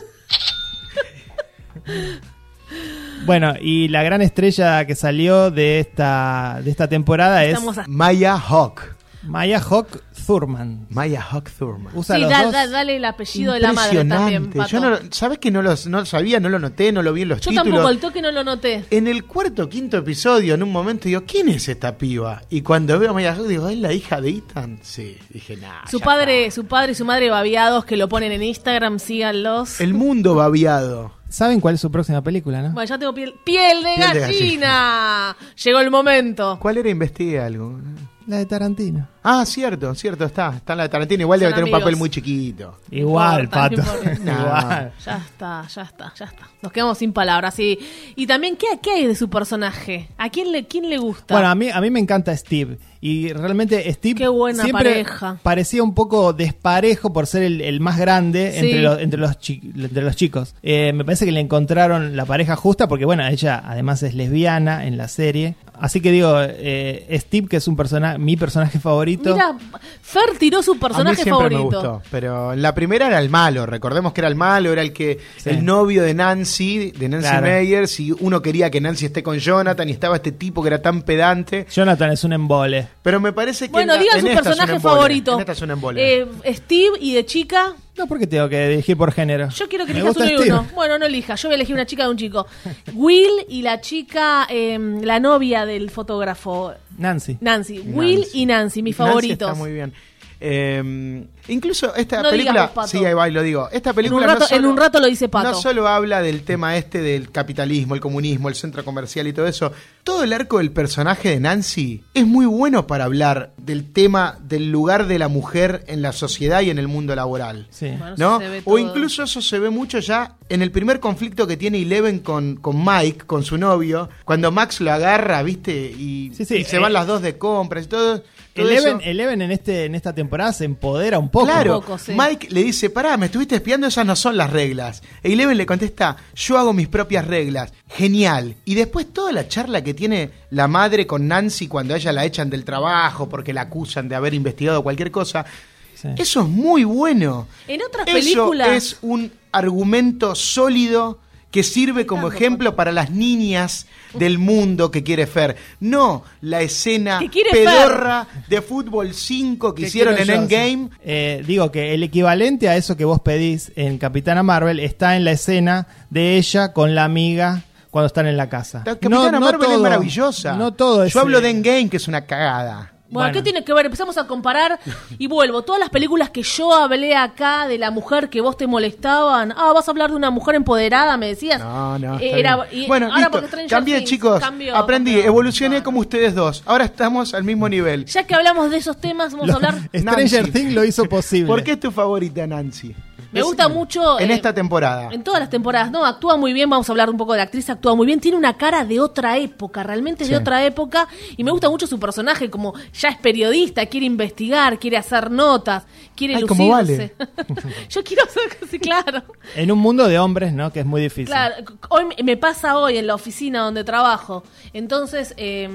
Speaker 3: Bueno, y la gran estrella que salió de esta, de esta temporada es
Speaker 2: Estamos a-
Speaker 1: Maya Hawk.
Speaker 3: Maya Hawk Thurman.
Speaker 1: Maya Hawk Thurman.
Speaker 3: Usa
Speaker 2: Sí,
Speaker 3: los
Speaker 2: da-
Speaker 3: dos.
Speaker 2: da- dale el apellido de la madre también. Pato.
Speaker 1: Yo no, ¿Sabes que no lo no sabía, no lo noté, no lo vi en los
Speaker 2: Yo
Speaker 1: títulos?
Speaker 2: tampoco, el toque no lo noté.
Speaker 1: En el cuarto quinto episodio, en un momento, digo, ¿quién es esta piba? Y cuando veo a Maya Hawk, digo, ¿es la hija de Ethan? Sí, dije, nada.
Speaker 2: Su padre, su padre y su madre babiados que lo ponen en Instagram, síganlos.
Speaker 1: El mundo babiado.
Speaker 3: ¿Saben cuál es su próxima película, no?
Speaker 2: Bueno, ya tengo piel, piel de,
Speaker 1: Piel de
Speaker 2: gallina. Llegó el momento.
Speaker 1: ¿Cuál era? Investigué algo.
Speaker 3: La de Tarantino.
Speaker 1: Ah, cierto, cierto, está. Está en la de Tarantino. Igual debe
Speaker 2: Son
Speaker 1: tener un papel
Speaker 2: amigos.
Speaker 1: muy chiquito.
Speaker 3: Igual,
Speaker 2: importa, no
Speaker 3: Pato.
Speaker 2: importa.
Speaker 3: Igual.
Speaker 2: Ya está, ya está, ya está. Nos quedamos sin palabras. Y, y también, ¿qué, ¿qué hay de su personaje? ¿A quién le, quién le gusta?
Speaker 3: Bueno, a mí, a mí me encanta Steve. Y realmente Steve
Speaker 2: Qué buena
Speaker 3: siempre
Speaker 2: pareja.
Speaker 3: parecía un poco desparejo por ser el, el más grande
Speaker 2: Sí.
Speaker 3: entre, los, entre, los chi- entre los chicos. Eh, me parece que le encontraron la pareja justa porque, bueno, ella además es lesbiana en la serie. Así que digo, eh, Steve, que es un persona, mi personaje favorito.
Speaker 2: Mira, Fer tiró su
Speaker 1: a mí
Speaker 2: personaje
Speaker 1: siempre
Speaker 2: favorito.
Speaker 1: me gustó, pero en la primera era el malo, recordemos que era el malo, era el que
Speaker 3: Sí.
Speaker 1: el novio de Nancy, de Nancy
Speaker 3: Claro.
Speaker 1: Meyer, si uno quería que Nancy esté con Jonathan y estaba este tipo que era tan pedante,
Speaker 3: Jonathan es un embole.
Speaker 1: pero me parece que
Speaker 2: Bueno,
Speaker 1: en la-
Speaker 2: digan
Speaker 1: en
Speaker 2: su
Speaker 1: esta es un
Speaker 2: personaje
Speaker 1: embole,
Speaker 2: favorito.
Speaker 1: En esta es un embole.
Speaker 2: Eh, Steve y de chica.
Speaker 3: No, porque tengo que dirigir por género.
Speaker 2: Yo quiero que
Speaker 3: Me
Speaker 2: elijas
Speaker 3: gusta
Speaker 2: uno y
Speaker 3: Steve.
Speaker 2: uno. Bueno, no elijas. Yo voy a elegir una chica de un chico. Will y la chica, eh, la novia del fotógrafo.
Speaker 3: Nancy.
Speaker 2: Nancy. Will y Nancy, mis
Speaker 1: Nancy
Speaker 2: favoritos.
Speaker 1: está muy bien. Eh, incluso esta
Speaker 2: No
Speaker 1: película,
Speaker 2: digas vos, Pato.
Speaker 1: sí, ahí va, y lo digo. Esta película
Speaker 2: en, un rato,
Speaker 1: no solo-
Speaker 2: en un rato lo dice Pato.
Speaker 1: No solo habla del tema este del capitalismo, el comunismo, el centro comercial y todo eso. Todo el arco del personaje de Nancy es muy bueno para hablar del tema del lugar de la mujer en la sociedad y en el mundo laboral.
Speaker 3: Sí.
Speaker 2: Bueno,
Speaker 1: ¿no?
Speaker 2: se ve todo.
Speaker 1: O incluso eso se ve mucho ya en el primer conflicto que tiene Eleven con, con Mike, con su novio, cuando Max lo agarra, ¿viste? Y,
Speaker 3: Sí, sí,
Speaker 1: y se
Speaker 3: eh,
Speaker 1: van las dos de compras y todo. todo
Speaker 3: Eleven,
Speaker 1: eso.
Speaker 3: Eleven en, este, en esta temporada se empodera un poco.
Speaker 1: Claro,
Speaker 2: poco, sí.
Speaker 1: Mike le dice, pará, me estuviste espiando, esas no son las reglas. E Eleven le contesta, yo hago mis propias reglas. Genial. Y después toda la charla que tiene la madre con Nancy cuando a ella la echan del trabajo porque la acusan de haber investigado cualquier cosa.
Speaker 3: Sí.
Speaker 1: Eso es muy bueno.
Speaker 2: En otras
Speaker 1: Eso
Speaker 2: películas.
Speaker 1: es un argumento sólido que sirve como ejemplo para las niñas del mundo que quiere Fer. No la escena
Speaker 2: Que quiere Fer.
Speaker 1: pedorra de fútbol 5 que
Speaker 3: ¿Qué
Speaker 1: hicieron en
Speaker 3: quiero yo?
Speaker 1: Endgame.
Speaker 3: Sí. Eh, digo que el equivalente a eso que vos pedís en Capitana Marvel está en la escena de ella con la amiga cuando están en la casa.
Speaker 1: La Capitana
Speaker 3: No- no
Speaker 1: Marvel es
Speaker 3: todo-
Speaker 1: maravillosa.
Speaker 3: No todo es.
Speaker 1: Yo hablo de Endgame, que es una cagada.
Speaker 2: Bueno,
Speaker 3: Bueno.
Speaker 2: ¿qué tiene que ver? Empezamos a comparar y vuelvo. Todas las películas que yo hablé acá de la mujer que vos te molestaban. Ah, vas a hablar de una mujer empoderada, me decías.
Speaker 1: No, no.
Speaker 2: Eh,
Speaker 1: está
Speaker 2: era-
Speaker 1: bien.
Speaker 2: y
Speaker 1: bueno,
Speaker 2: ahora
Speaker 1: listo.
Speaker 2: porque Stranger
Speaker 1: Cambié,
Speaker 2: Things,
Speaker 1: chicos.
Speaker 2: cambió,
Speaker 1: Aprendí,
Speaker 2: cambió.
Speaker 1: evolucioné
Speaker 2: Bueno.
Speaker 1: como ustedes dos. Ahora estamos al mismo nivel.
Speaker 2: Ya que hablamos de esos temas, vamos a hablar.
Speaker 3: Stranger
Speaker 1: Nancy.
Speaker 3: Things lo hizo posible.
Speaker 1: ¿Por qué es tu favorita, Nancy?
Speaker 2: Me gusta mucho.
Speaker 1: En
Speaker 2: eh,
Speaker 1: esta temporada.
Speaker 2: En todas las temporadas, no, actúa muy bien, vamos a hablar un poco de la actriz, actúa muy bien, tiene una cara de otra época, realmente es de
Speaker 3: Sí.
Speaker 2: otra época, y me gusta mucho su personaje, como ya es periodista, quiere investigar, quiere hacer notas, quiere
Speaker 1: Ay,
Speaker 2: lucirse.
Speaker 1: como vale.
Speaker 2: Yo quiero ser casi claro.
Speaker 3: En un mundo de hombres, ¿no? Que es muy difícil.
Speaker 2: Claro, c- hoy me- me pasa hoy en la oficina donde trabajo. Entonces, eh,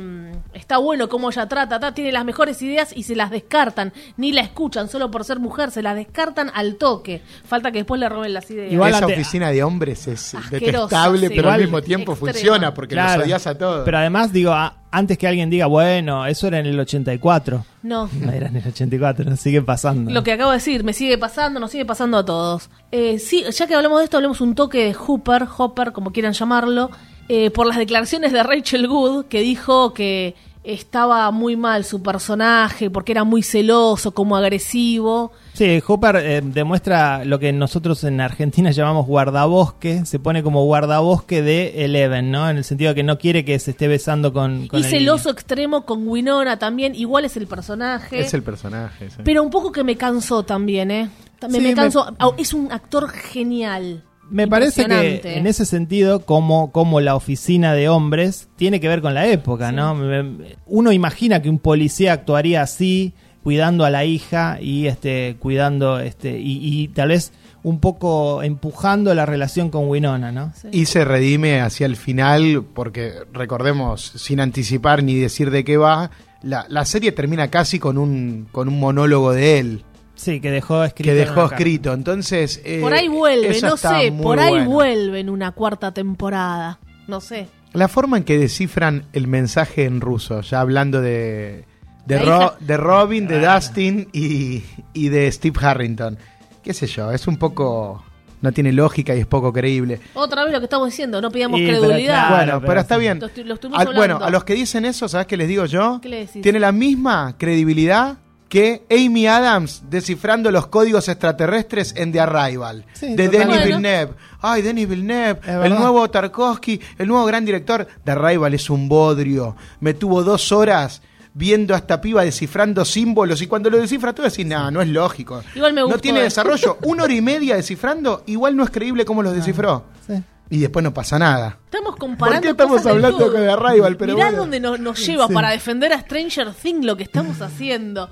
Speaker 2: está bueno cómo ella trata, ta, tiene las mejores ideas y se las descartan, ni la escuchan, solo por ser mujer, se las descartan al toque. Falta que después le roben las ideas.
Speaker 3: Igual
Speaker 1: Esa
Speaker 3: ante-
Speaker 1: oficina de hombres es
Speaker 2: Asquerosa,
Speaker 1: detestable,
Speaker 2: sí.
Speaker 1: pero al
Speaker 3: Igual-
Speaker 1: mismo tiempo
Speaker 2: Extrema.
Speaker 1: funciona porque
Speaker 3: Claro.
Speaker 1: los odias a todos.
Speaker 3: Pero además, digo, a- antes que alguien diga, bueno, eso era en el 84.
Speaker 2: No.
Speaker 3: No era en el 84, sigue pasando.
Speaker 2: Lo que acabo de decir, me sigue pasando, nos sigue pasando a todos. Eh, sí, ya que hablamos de esto, hablemos un toque de Hooper, Hopper, como quieran llamarlo, eh, por las declaraciones de Rachel Good, que dijo que estaba muy mal su personaje, porque era muy celoso, como agresivo.
Speaker 3: Sí, Hopper eh, demuestra lo que nosotros en Argentina llamamos guardabosque, se pone como guardabosque de Eleven, ¿no? En el sentido de que no quiere que se esté besando con... con
Speaker 2: y
Speaker 3: el
Speaker 2: celoso
Speaker 3: niño.
Speaker 2: extremo con Winona también, igual es el personaje.
Speaker 1: es el personaje. sí.
Speaker 2: Pero un poco que me cansó también, ¿eh? Me,
Speaker 3: Sí,
Speaker 2: me
Speaker 3: me-
Speaker 2: canso. Au, Es un actor genial.
Speaker 3: Me parece que
Speaker 2: Impresionante.
Speaker 3: en ese sentido, como, como la oficina de hombres, tiene que ver con la época, ¿no? Me- me- Uno imagina que un policía actuaría así, cuidando a la hija y este, cuidando, este, y, y tal vez un poco empujando la relación con Winona, ¿no?
Speaker 1: Y se redime hacia el final, porque recordemos, sin anticipar ni decir de qué va, la, la serie termina casi con un, con un monólogo de él,
Speaker 3: Sí, que dejó escrito.
Speaker 1: que
Speaker 3: en
Speaker 1: dejó
Speaker 3: una carta.
Speaker 1: escrito. Entonces. eh,
Speaker 2: Por ahí vuelve,
Speaker 1: eso
Speaker 2: no
Speaker 1: está
Speaker 2: sé,
Speaker 1: muy
Speaker 2: por ahí
Speaker 1: bueno.
Speaker 2: vuelve en una cuarta temporada. No sé.
Speaker 1: La forma en que descifran el mensaje en ruso, ya hablando de, de,
Speaker 2: La
Speaker 1: Ro-
Speaker 2: hija. Ah.
Speaker 1: de Robin, de Dustin y, y de Steve Harrington. ¿Qué sé yo? Es un poco. No tiene lógica y es poco creíble.
Speaker 2: Otra vez lo que estamos diciendo, no pidamos
Speaker 3: Y, pero
Speaker 2: credulidad.
Speaker 3: claro.
Speaker 1: Bueno, pero,
Speaker 3: pero
Speaker 1: está
Speaker 3: sí.
Speaker 1: bien.
Speaker 2: Lo estu- lo estuvimos
Speaker 1: A- bueno,
Speaker 2: hablando.
Speaker 1: a los que dicen eso, ¿sabes qué les digo yo?
Speaker 2: ¿Qué le decís?
Speaker 1: Tiene la misma credibilidad que Amy Adams descifrando los códigos extraterrestres en The Arrival.
Speaker 3: Sí,
Speaker 1: de
Speaker 3: totalmente.
Speaker 1: Denis
Speaker 2: Bueno.
Speaker 1: Villeneuve. Ay, Denis Villeneuve, el
Speaker 3: verdad.
Speaker 1: nuevo Tarkovsky, el nuevo gran director. The Arrival es un bodrio. Me tuvo dos horas viendo a esta piba descifrando símbolos y cuando lo descifra tú decís, no, no es lógico.
Speaker 2: Igual me gustó,
Speaker 1: No tiene
Speaker 2: eh.
Speaker 1: desarrollo. Una hora y media descifrando, igual no es creíble cómo los descifró.
Speaker 3: Sí.
Speaker 1: Y después no pasa nada.
Speaker 2: Estamos comparando.
Speaker 1: ¿Por qué estamos
Speaker 2: cosas del
Speaker 1: hablando
Speaker 2: todo?
Speaker 1: con The Arrival? Pero
Speaker 2: Mirá
Speaker 1: bueno.
Speaker 2: dónde nos, nos lleva para defender a Stranger Things lo que estamos haciendo.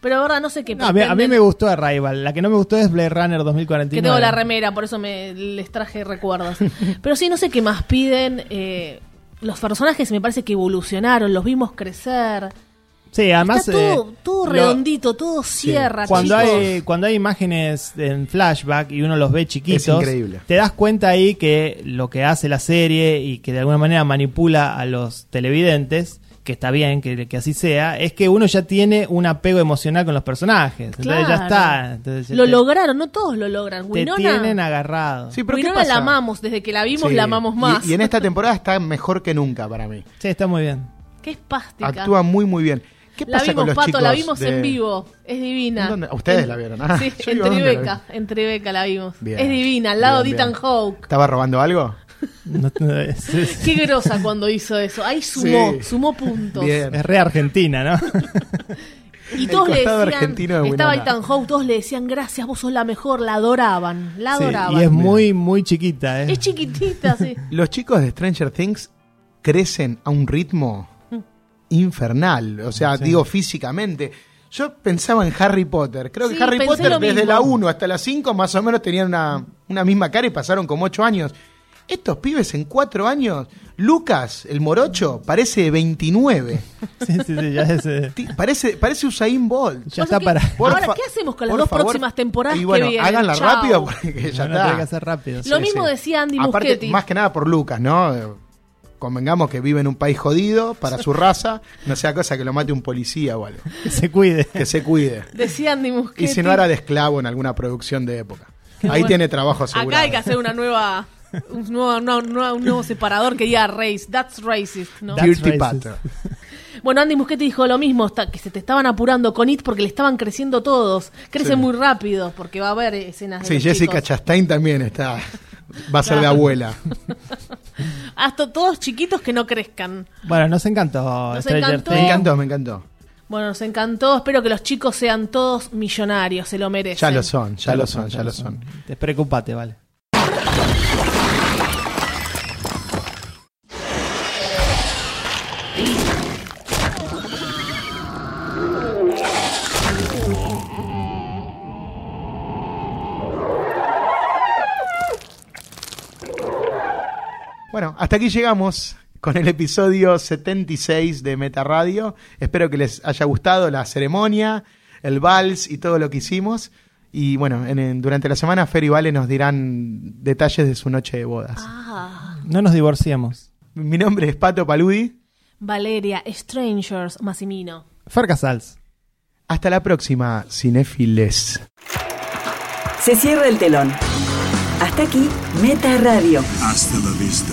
Speaker 2: Pero la verdad, no sé qué.
Speaker 3: No, a, mí, a mí
Speaker 2: pretenden.
Speaker 3: me gustó Arrival. La que no me gustó es Blade Runner 2049.
Speaker 2: Que tengo la remera, por eso me les traje recuerdos. Pero sí, no sé qué más piden. eh, los personajes me parece que evolucionaron, los vimos crecer.
Speaker 3: Sí, además.
Speaker 2: Está todo,
Speaker 3: eh,
Speaker 2: todo
Speaker 3: lo-
Speaker 2: redondito, todo cierra.
Speaker 3: Cuando
Speaker 2: chicos.
Speaker 3: hay, cuando hay imágenes en flashback y uno los ve chiquitos,
Speaker 1: Es increíble.
Speaker 3: te das cuenta ahí que lo que hace la serie y que de alguna manera manipula a los televidentes, que está bien que, que así sea, es que uno ya tiene un apego emocional con los personajes. Entonces ya
Speaker 2: Claro.
Speaker 3: está. Entonces ya
Speaker 2: Lo
Speaker 3: te-
Speaker 2: lograron, no todos lo logran.
Speaker 3: te
Speaker 2: Winona,
Speaker 3: tienen agarrado.
Speaker 1: Sí, pero ¿qué
Speaker 2: Winona la
Speaker 1: pasa?
Speaker 2: amamos, desde que la vimos
Speaker 1: Sí.
Speaker 2: la amamos
Speaker 1: Y-
Speaker 2: más.
Speaker 1: Y, en esta temporada está mejor que nunca para mí.
Speaker 3: Sí, está muy bien.
Speaker 2: Qué espástica.
Speaker 1: Actúa muy, muy bien. ¿Qué
Speaker 2: la
Speaker 1: pasa
Speaker 2: vimos,
Speaker 1: con los
Speaker 2: Pato,
Speaker 1: chicos
Speaker 2: la vimos
Speaker 1: de-
Speaker 2: en vivo. Es divina.
Speaker 1: ¿En dónde? Ustedes la vieron, ah.
Speaker 2: Sí,
Speaker 1: Yo
Speaker 2: en
Speaker 1: digo, ¿dónde la
Speaker 2: Tribeca. En Tribeca la vimos.
Speaker 1: Bien.
Speaker 2: Es divina, al lado
Speaker 1: Bien,
Speaker 2: de Ethan
Speaker 1: bien.
Speaker 2: Hawke.
Speaker 1: ¿Estaba robando algo?
Speaker 3: No- no, es, es-
Speaker 2: Qué grosa cuando hizo eso. Ahí sumó,
Speaker 1: Sí.
Speaker 2: sumó puntos.
Speaker 1: Bien.
Speaker 3: es re argentina, ¿no?
Speaker 2: Y
Speaker 1: El
Speaker 2: todos le
Speaker 1: costado
Speaker 2: decían,
Speaker 1: argentino de
Speaker 2: estaba
Speaker 1: Winona.
Speaker 2: Ethan Hawke, todos le decían gracias, vos sos la mejor, la adoraban, la
Speaker 3: Sí,
Speaker 2: adoraban.
Speaker 3: y es
Speaker 2: es,
Speaker 3: muy, muy chiquita, ¿eh?
Speaker 2: chiquitita, sí.
Speaker 1: Los chicos de Stranger Things crecen a un ritmo
Speaker 2: Mm.
Speaker 1: infernal, o sea,
Speaker 3: Sí.
Speaker 1: digo físicamente. Yo pensaba en Harry Potter. Creo
Speaker 2: Sí,
Speaker 1: que Harry
Speaker 2: pensé
Speaker 1: Potter
Speaker 2: lo
Speaker 1: desde
Speaker 2: mismo.
Speaker 1: la 1 hasta la 5 más o menos tenían una, una misma cara y pasaron como 8 años. Estos pibes en 4 años, Lucas, el morocho, parece de 29.
Speaker 3: Sí, sí, sí, ya es, eh,
Speaker 1: Ti- parece, parece Usain Bolt.
Speaker 2: Bueno,
Speaker 3: Ya está
Speaker 2: ¿qué-
Speaker 3: para.
Speaker 2: Por Ahora,
Speaker 1: fa-
Speaker 2: ¿qué hacemos con las
Speaker 1: por
Speaker 2: dos
Speaker 1: favor.
Speaker 2: próximas temporadas
Speaker 1: Y bueno,
Speaker 2: que vienen?
Speaker 1: háganla
Speaker 2: Chau.
Speaker 1: rápido porque ya
Speaker 3: Bueno,
Speaker 1: está.
Speaker 3: tiene que hacer rápido.
Speaker 2: Lo mismo decía Andy
Speaker 1: Aparte,
Speaker 2: Muschietti.
Speaker 1: Más que nada por Lucas, ¿no? Eh, Convengamos que vive en un país jodido para su raza, no sea cosa que lo mate un policía o algo.
Speaker 3: Que se cuide.
Speaker 1: Que se cuide.
Speaker 2: Decía Andy
Speaker 1: Y
Speaker 2: Muschietti.
Speaker 1: si no era de esclavo en alguna producción de época. Ahí
Speaker 2: bueno.
Speaker 1: tiene trabajo seguro.
Speaker 2: Acá hay que hacer una nueva, un nuevo, una- una- un nuevo separador que diga race. That's racist, ¿no?
Speaker 3: That's
Speaker 1: Dirty
Speaker 3: racist.
Speaker 1: Pato.
Speaker 2: Bueno, Andy Muschietti dijo lo mismo, está- que se te estaban apurando con It porque le estaban creciendo todos. Crecen
Speaker 1: Sí.
Speaker 2: muy rápido porque va a haber escenas de
Speaker 1: Sí,
Speaker 2: los
Speaker 1: Jessica
Speaker 2: chicos.
Speaker 1: Chastain también está. Va a ser de abuela.
Speaker 2: Hasta todos chiquitos que no crezcan.
Speaker 3: Bueno, nos encantó.
Speaker 2: Nos
Speaker 3: Stranger
Speaker 2: encantó.
Speaker 3: Things.
Speaker 1: Me encantó, me encantó.
Speaker 2: Bueno, nos encantó. Espero que los chicos sean todos millonarios, se lo merecen.
Speaker 1: Ya lo son, ya lo son, ya lo son.
Speaker 3: Despreocupate, vale.
Speaker 1: Bueno, hasta aquí llegamos con el episodio 76 de Meta Radio. Espero que les haya gustado la ceremonia, el vals y todo lo que hicimos. Y bueno, en- en- durante la semana Fer y Vale nos dirán detalles de su noche de bodas.
Speaker 2: Ah,
Speaker 3: No nos divorciemos.
Speaker 1: Mi nombre es Pato Paludi.
Speaker 2: Valeria, Strangers, Massimino.
Speaker 3: Fer Casals.
Speaker 1: Hasta la próxima, cinéfiles.
Speaker 5: Se cierra el telón. Hasta aquí, Meta Radio.
Speaker 7: Hasta la vista,